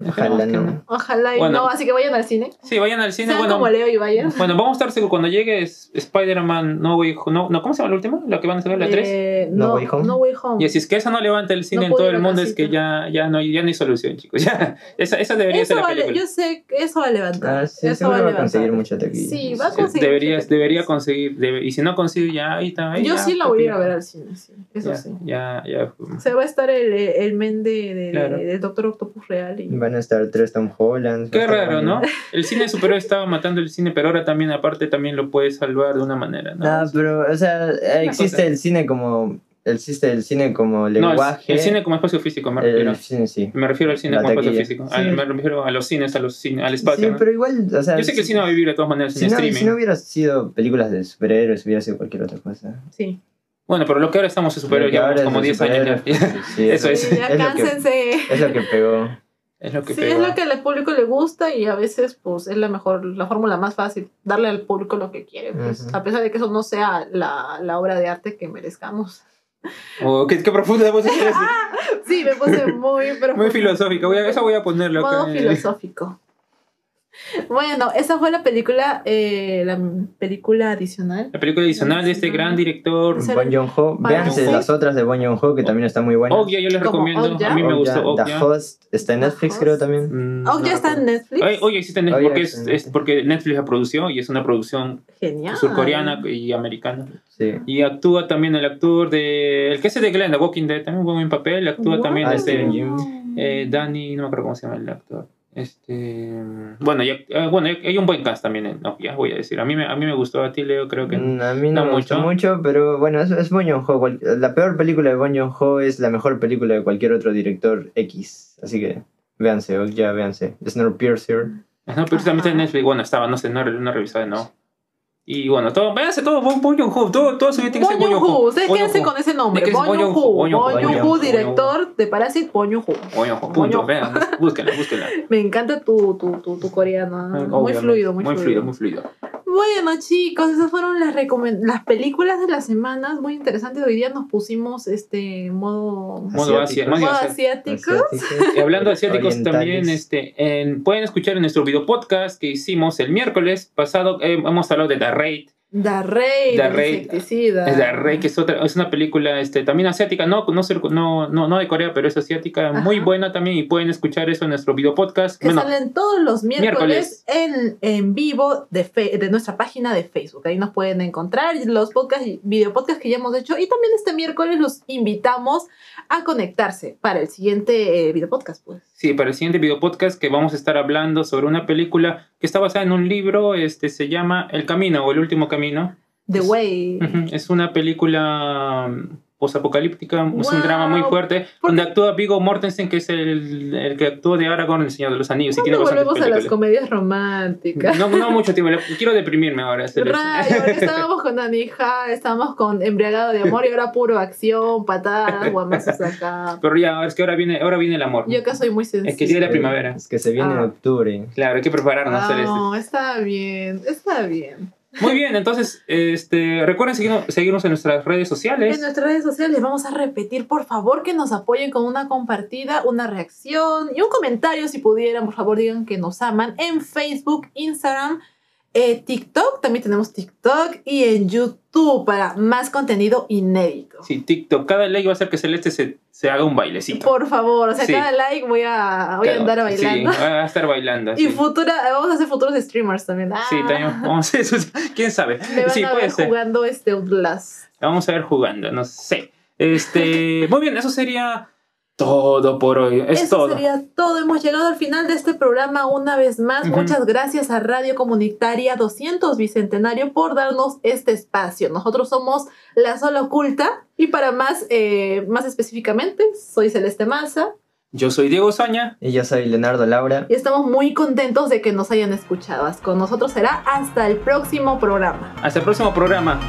Speaker 3: ojalá
Speaker 1: Esperemos que
Speaker 3: no.
Speaker 1: no.
Speaker 2: Ojalá y
Speaker 1: Bueno.
Speaker 2: no, así que vayan al cine.
Speaker 1: Sí, vayan al cine.
Speaker 2: Sean
Speaker 1: Bueno,
Speaker 2: como Leo y vayan.
Speaker 1: bueno, vamos a estar seguros. Cuando llegue es- Spider-Man No Way Ho- No, no, ¿Cómo se llama la última? La que van a salir la 3.
Speaker 2: Eh,
Speaker 3: No
Speaker 2: no,
Speaker 3: Way Home.
Speaker 2: No Way Home.
Speaker 1: Y si es que esa no levanta el cine
Speaker 2: No
Speaker 1: en
Speaker 2: puedo
Speaker 1: todo
Speaker 2: ir
Speaker 1: el
Speaker 2: a
Speaker 1: mundo,
Speaker 2: casita.
Speaker 1: es que ya, ya, no, hay- ya no hay solución, chicos. Ya, esa, esa debería
Speaker 2: Eso
Speaker 1: ser la
Speaker 2: vale,
Speaker 1: película.
Speaker 2: yo sé que eso va a levantar.
Speaker 3: Ah, sí,
Speaker 2: eso
Speaker 3: seguro
Speaker 2: va a
Speaker 3: va a
Speaker 2: levantar.
Speaker 3: conseguir mucha taquilla.
Speaker 2: Sí, va a
Speaker 1: Sí,
Speaker 2: conseguir.
Speaker 1: deberías,
Speaker 2: mucho
Speaker 1: debería
Speaker 2: taquilla.
Speaker 1: conseguir. debe- y si no consigue, ya ahí está. ahí
Speaker 2: Yo
Speaker 1: ya,
Speaker 2: sí la voy a ir a
Speaker 1: papi.
Speaker 2: ver al cine, sí. Eso
Speaker 1: Ya,
Speaker 2: sí.
Speaker 1: ya, ya.
Speaker 2: Se va a estar el, el men de, de-
Speaker 1: Claro.
Speaker 2: del Doctor Octopus real. Y...
Speaker 3: Van a estar tres Tom Holland.
Speaker 1: Qué raro, ¿no? El cine superior estaba matando el cine, pero ahora también, aparte, también lo puede salvar de una manera, ¿no?
Speaker 3: No, Ah, pero, o sea, eh, existe
Speaker 1: cosa.
Speaker 3: el cine como. Existe el cine como
Speaker 1: No, el,
Speaker 3: lenguaje.
Speaker 1: el cine como espacio físico, me
Speaker 3: el-
Speaker 1: refiero.
Speaker 3: el cine, sí.
Speaker 1: Me refiero al cine
Speaker 3: La
Speaker 1: como espacio
Speaker 3: taquilla.
Speaker 1: físico.
Speaker 3: Sí.
Speaker 1: Al- me refiero a los cines, a los cine- al espacio.
Speaker 3: sí,
Speaker 1: ¿no?
Speaker 3: pero igual, o sea.
Speaker 1: Yo sé que el
Speaker 3: si-
Speaker 1: cine va a vivir de todas maneras
Speaker 3: Si
Speaker 1: en
Speaker 3: no,
Speaker 1: streaming.
Speaker 3: si no hubiera sido películas de superhéroes, hubiera sido cualquier otra cosa.
Speaker 2: Sí.
Speaker 1: Bueno, pero lo que ahora estamos es
Speaker 3: Lo
Speaker 1: superhéroes,
Speaker 3: que
Speaker 1: llevamos
Speaker 3: ahora
Speaker 1: como
Speaker 3: es
Speaker 1: 10
Speaker 3: de
Speaker 1: años ya.
Speaker 3: superhéroes, pues, sí,
Speaker 1: Eso Pues, es.
Speaker 2: Sí, ya
Speaker 3: es lo que-
Speaker 2: cánsense.
Speaker 3: Es lo que pegó.
Speaker 1: Es lo que
Speaker 2: Sí,
Speaker 1: pega.
Speaker 2: es lo que al público le gusta y a veces pues es la mejor, la fórmula más fácil, darle al público lo que quiere, pues,
Speaker 3: Ujú.
Speaker 2: a pesar de que eso no sea la, la obra de arte que merezcamos.
Speaker 1: Oh, qué, qué profunda voz es esa.
Speaker 2: Sí, me puse muy profundo.
Speaker 1: Muy filosófica. Voy a- eso voy a ponerlo acá.
Speaker 2: Modo filosófico. Bueno, esa fue la película, eh, la película adicional.
Speaker 1: La película adicional de este gran director.
Speaker 2: Sí.
Speaker 3: Bon Joon-ho.
Speaker 2: Vale.
Speaker 3: Véanse
Speaker 1: Sí.
Speaker 3: las otras de Bon Joon-ho, que también están muy buenas.
Speaker 1: Ogia, yo les
Speaker 2: Como
Speaker 1: recomiendo.
Speaker 2: Okja.
Speaker 1: A mí me
Speaker 3: Okja,
Speaker 1: gustó oh,
Speaker 3: Oh,
Speaker 1: Mm,
Speaker 3: The
Speaker 1: Ogia.
Speaker 3: Host está en
Speaker 2: The
Speaker 3: Netflix,
Speaker 2: Host.
Speaker 3: creo también.
Speaker 2: Oh, ya está en Netflix.
Speaker 1: Oye, existe en Netflix
Speaker 3: Okja
Speaker 1: porque,
Speaker 3: está
Speaker 1: es,
Speaker 3: en
Speaker 1: es porque Netflix la produció y es una producción
Speaker 2: Genial.
Speaker 1: surcoreana y americana.
Speaker 3: Sí.
Speaker 1: Y actúa también el actor de. El que hace de Glenn, The Walking Dead, también fue un buen papel. Actúa
Speaker 2: Wow.
Speaker 1: también
Speaker 3: Ah,
Speaker 1: este.
Speaker 3: Steven Yeun.
Speaker 1: Eh, Danny, no me acuerdo cómo se llama el actor. Este, bueno, ya, eh, bueno, hay- hay un buen cast también en Nokia, voy a decir. A mí me, a mí me gustó, a ti Leo creo que...
Speaker 3: Mm, A mí no,
Speaker 1: No
Speaker 3: me gustó
Speaker 1: mucho.
Speaker 3: mucho, pero bueno, es, es Bong Joon-ho. Cual- La peor película de Bong Joon-ho es la mejor película de cualquier otro director X. Así que véanse, o- ya véanse. Snowpiercer.
Speaker 1: No, pero también está en Netflix, bueno, estaba, no sé, no, no he revisado, no. Y bueno, todo, véanse todo, Bong Bong Joon-ho, todo, todo su vida tiene que ser
Speaker 2: Bong
Speaker 1: Bong
Speaker 2: Joon-ho,
Speaker 1: Joon-ho.
Speaker 2: ustedes
Speaker 1: Bong
Speaker 2: quédense
Speaker 1: Joon-ho.
Speaker 2: con ese nombre.
Speaker 1: Es que es
Speaker 2: Bong
Speaker 1: Bong
Speaker 2: Joon-ho,
Speaker 1: Joon-ho,
Speaker 2: Bong
Speaker 1: Bong Joon-ho,
Speaker 2: Joon-ho,
Speaker 3: Bong
Speaker 2: director de Parasite, Bong Joon-ho.
Speaker 1: Bong Joon-ho,
Speaker 2: Bong
Speaker 1: punto,
Speaker 2: Joon-ho.
Speaker 1: vean, búsquenla, búsquenla.
Speaker 2: Me encanta tu, tu, tu, tu coreano. ¿eh? Muy
Speaker 1: Obviamente,
Speaker 2: fluido, muy, fluido.
Speaker 1: Muy fluido, muy fluido.
Speaker 2: Bueno, chicos, esas fueron las recomen- las películas de las semanas. Muy interesantes. Hoy día nos pusimos este modo,
Speaker 1: Modo Asia,
Speaker 3: Asiático.
Speaker 1: más
Speaker 2: modo
Speaker 1: Asia.
Speaker 2: asiático.
Speaker 1: Y hablando de asiáticos
Speaker 3: orientales.
Speaker 1: también, este, en- pueden escuchar en nuestro video podcast que hicimos el miércoles pasado, eh, hemos hablado de The Raid,
Speaker 2: Da Rey,
Speaker 1: Da
Speaker 2: del
Speaker 1: Rey.
Speaker 2: insecticida.
Speaker 1: Es la Rey, que es, otra, es una película este, también asiática, no, no, sur- no, no, no de Corea, pero es asiática,
Speaker 2: Ajá.
Speaker 1: muy buena también y pueden escuchar eso en nuestro video podcast.
Speaker 2: Que
Speaker 1: Bueno,
Speaker 2: salen todos los miércoles, En, en vivo de, fe- de nuestra página de Facebook. Ahí nos pueden encontrar los podcast, videopodcasts que ya hemos hecho. Y también este miércoles los invitamos a conectarse para el siguiente eh, videopodcast, pues.
Speaker 1: sí, para el siguiente video podcast que vamos a estar hablando sobre una película que está basada en un libro, este se llama El Camino o El Último Camino.
Speaker 2: The Way.
Speaker 1: Ujú, Es una película mm, posapocalíptica. Es un
Speaker 2: Wow.
Speaker 1: drama muy fuerte
Speaker 2: ¿Por
Speaker 1: donde
Speaker 2: qué?
Speaker 1: actúa Vigo Mortensen, que es el, el que actuó de Aragorn en El Señor de los Anillos. y tiene
Speaker 2: ¿Cuándo
Speaker 1: bastantes
Speaker 2: volvemos a las
Speaker 1: películas.
Speaker 2: comedias románticas?
Speaker 1: no, no mucho tiempo. le- Quiero deprimirme ahora. se les-
Speaker 2: Rayo, ahora estábamos con Anija, estábamos con Embriagado de Amor y ahora puro acción, patadas, guamazos acá.
Speaker 1: Pero ya, es que ahora viene, ahora viene el amor.
Speaker 2: Yo acá soy muy sencilla.
Speaker 1: Es que llega la primavera.
Speaker 3: Es que se viene en
Speaker 2: Ah.
Speaker 3: octubre.
Speaker 1: Claro, hay que prepararnos.
Speaker 2: Ah,
Speaker 1: Celeste.
Speaker 2: no, está bien, está bien.
Speaker 1: Muy bien, entonces, este, recuerden seguirnos, seguirnos en nuestras redes
Speaker 2: En
Speaker 1: sociales.
Speaker 2: nuestras redes sociales vamos a repetir, por favor, que nos apoyen con una compartida, una reacción y un comentario si pudieran. Por favor, digan que nos aman en Facebook, Instagram, eh, TikTok. También tenemos TikTok y en YouTube para más contenido inédito.
Speaker 1: Sí, TikTok. Cada like va a hacer que Celeste se, se haga un
Speaker 2: Y
Speaker 1: bailecito.
Speaker 2: Por favor, o sea,
Speaker 1: Sí.
Speaker 2: cada like voy a, voy a andar
Speaker 1: Claro,
Speaker 2: bailando.
Speaker 1: Sí, va a estar bailando.
Speaker 2: Y
Speaker 1: sí.
Speaker 2: futura, vamos a hacer futuros streamers también. Ah,
Speaker 1: Sí, también vamos a eso. ¿Quién sabe?
Speaker 2: Me van
Speaker 1: Sí,
Speaker 2: a
Speaker 1: puede
Speaker 2: ver
Speaker 1: ser.
Speaker 2: jugando este Outlast.
Speaker 1: Vamos a ver jugando, no sé. Este, muy bien, eso sería todo por hoy. Es
Speaker 2: Eso
Speaker 1: todo.
Speaker 2: sería todo. Hemos llegado al final de este programa una vez más.
Speaker 1: Ujú.
Speaker 2: Muchas gracias a Radio Comunitaria 200 Bicentenario por darnos este espacio. Nosotros somos La Sola Oculta y para más, eh, más específicamente, soy Celeste Maza
Speaker 1: Yo soy Diego Saña.
Speaker 3: Y yo soy Leonardo Laura.
Speaker 2: y estamos muy contentos de que nos hayan escuchado. Con nosotros será hasta el próximo programa.
Speaker 1: Hasta el próximo programa.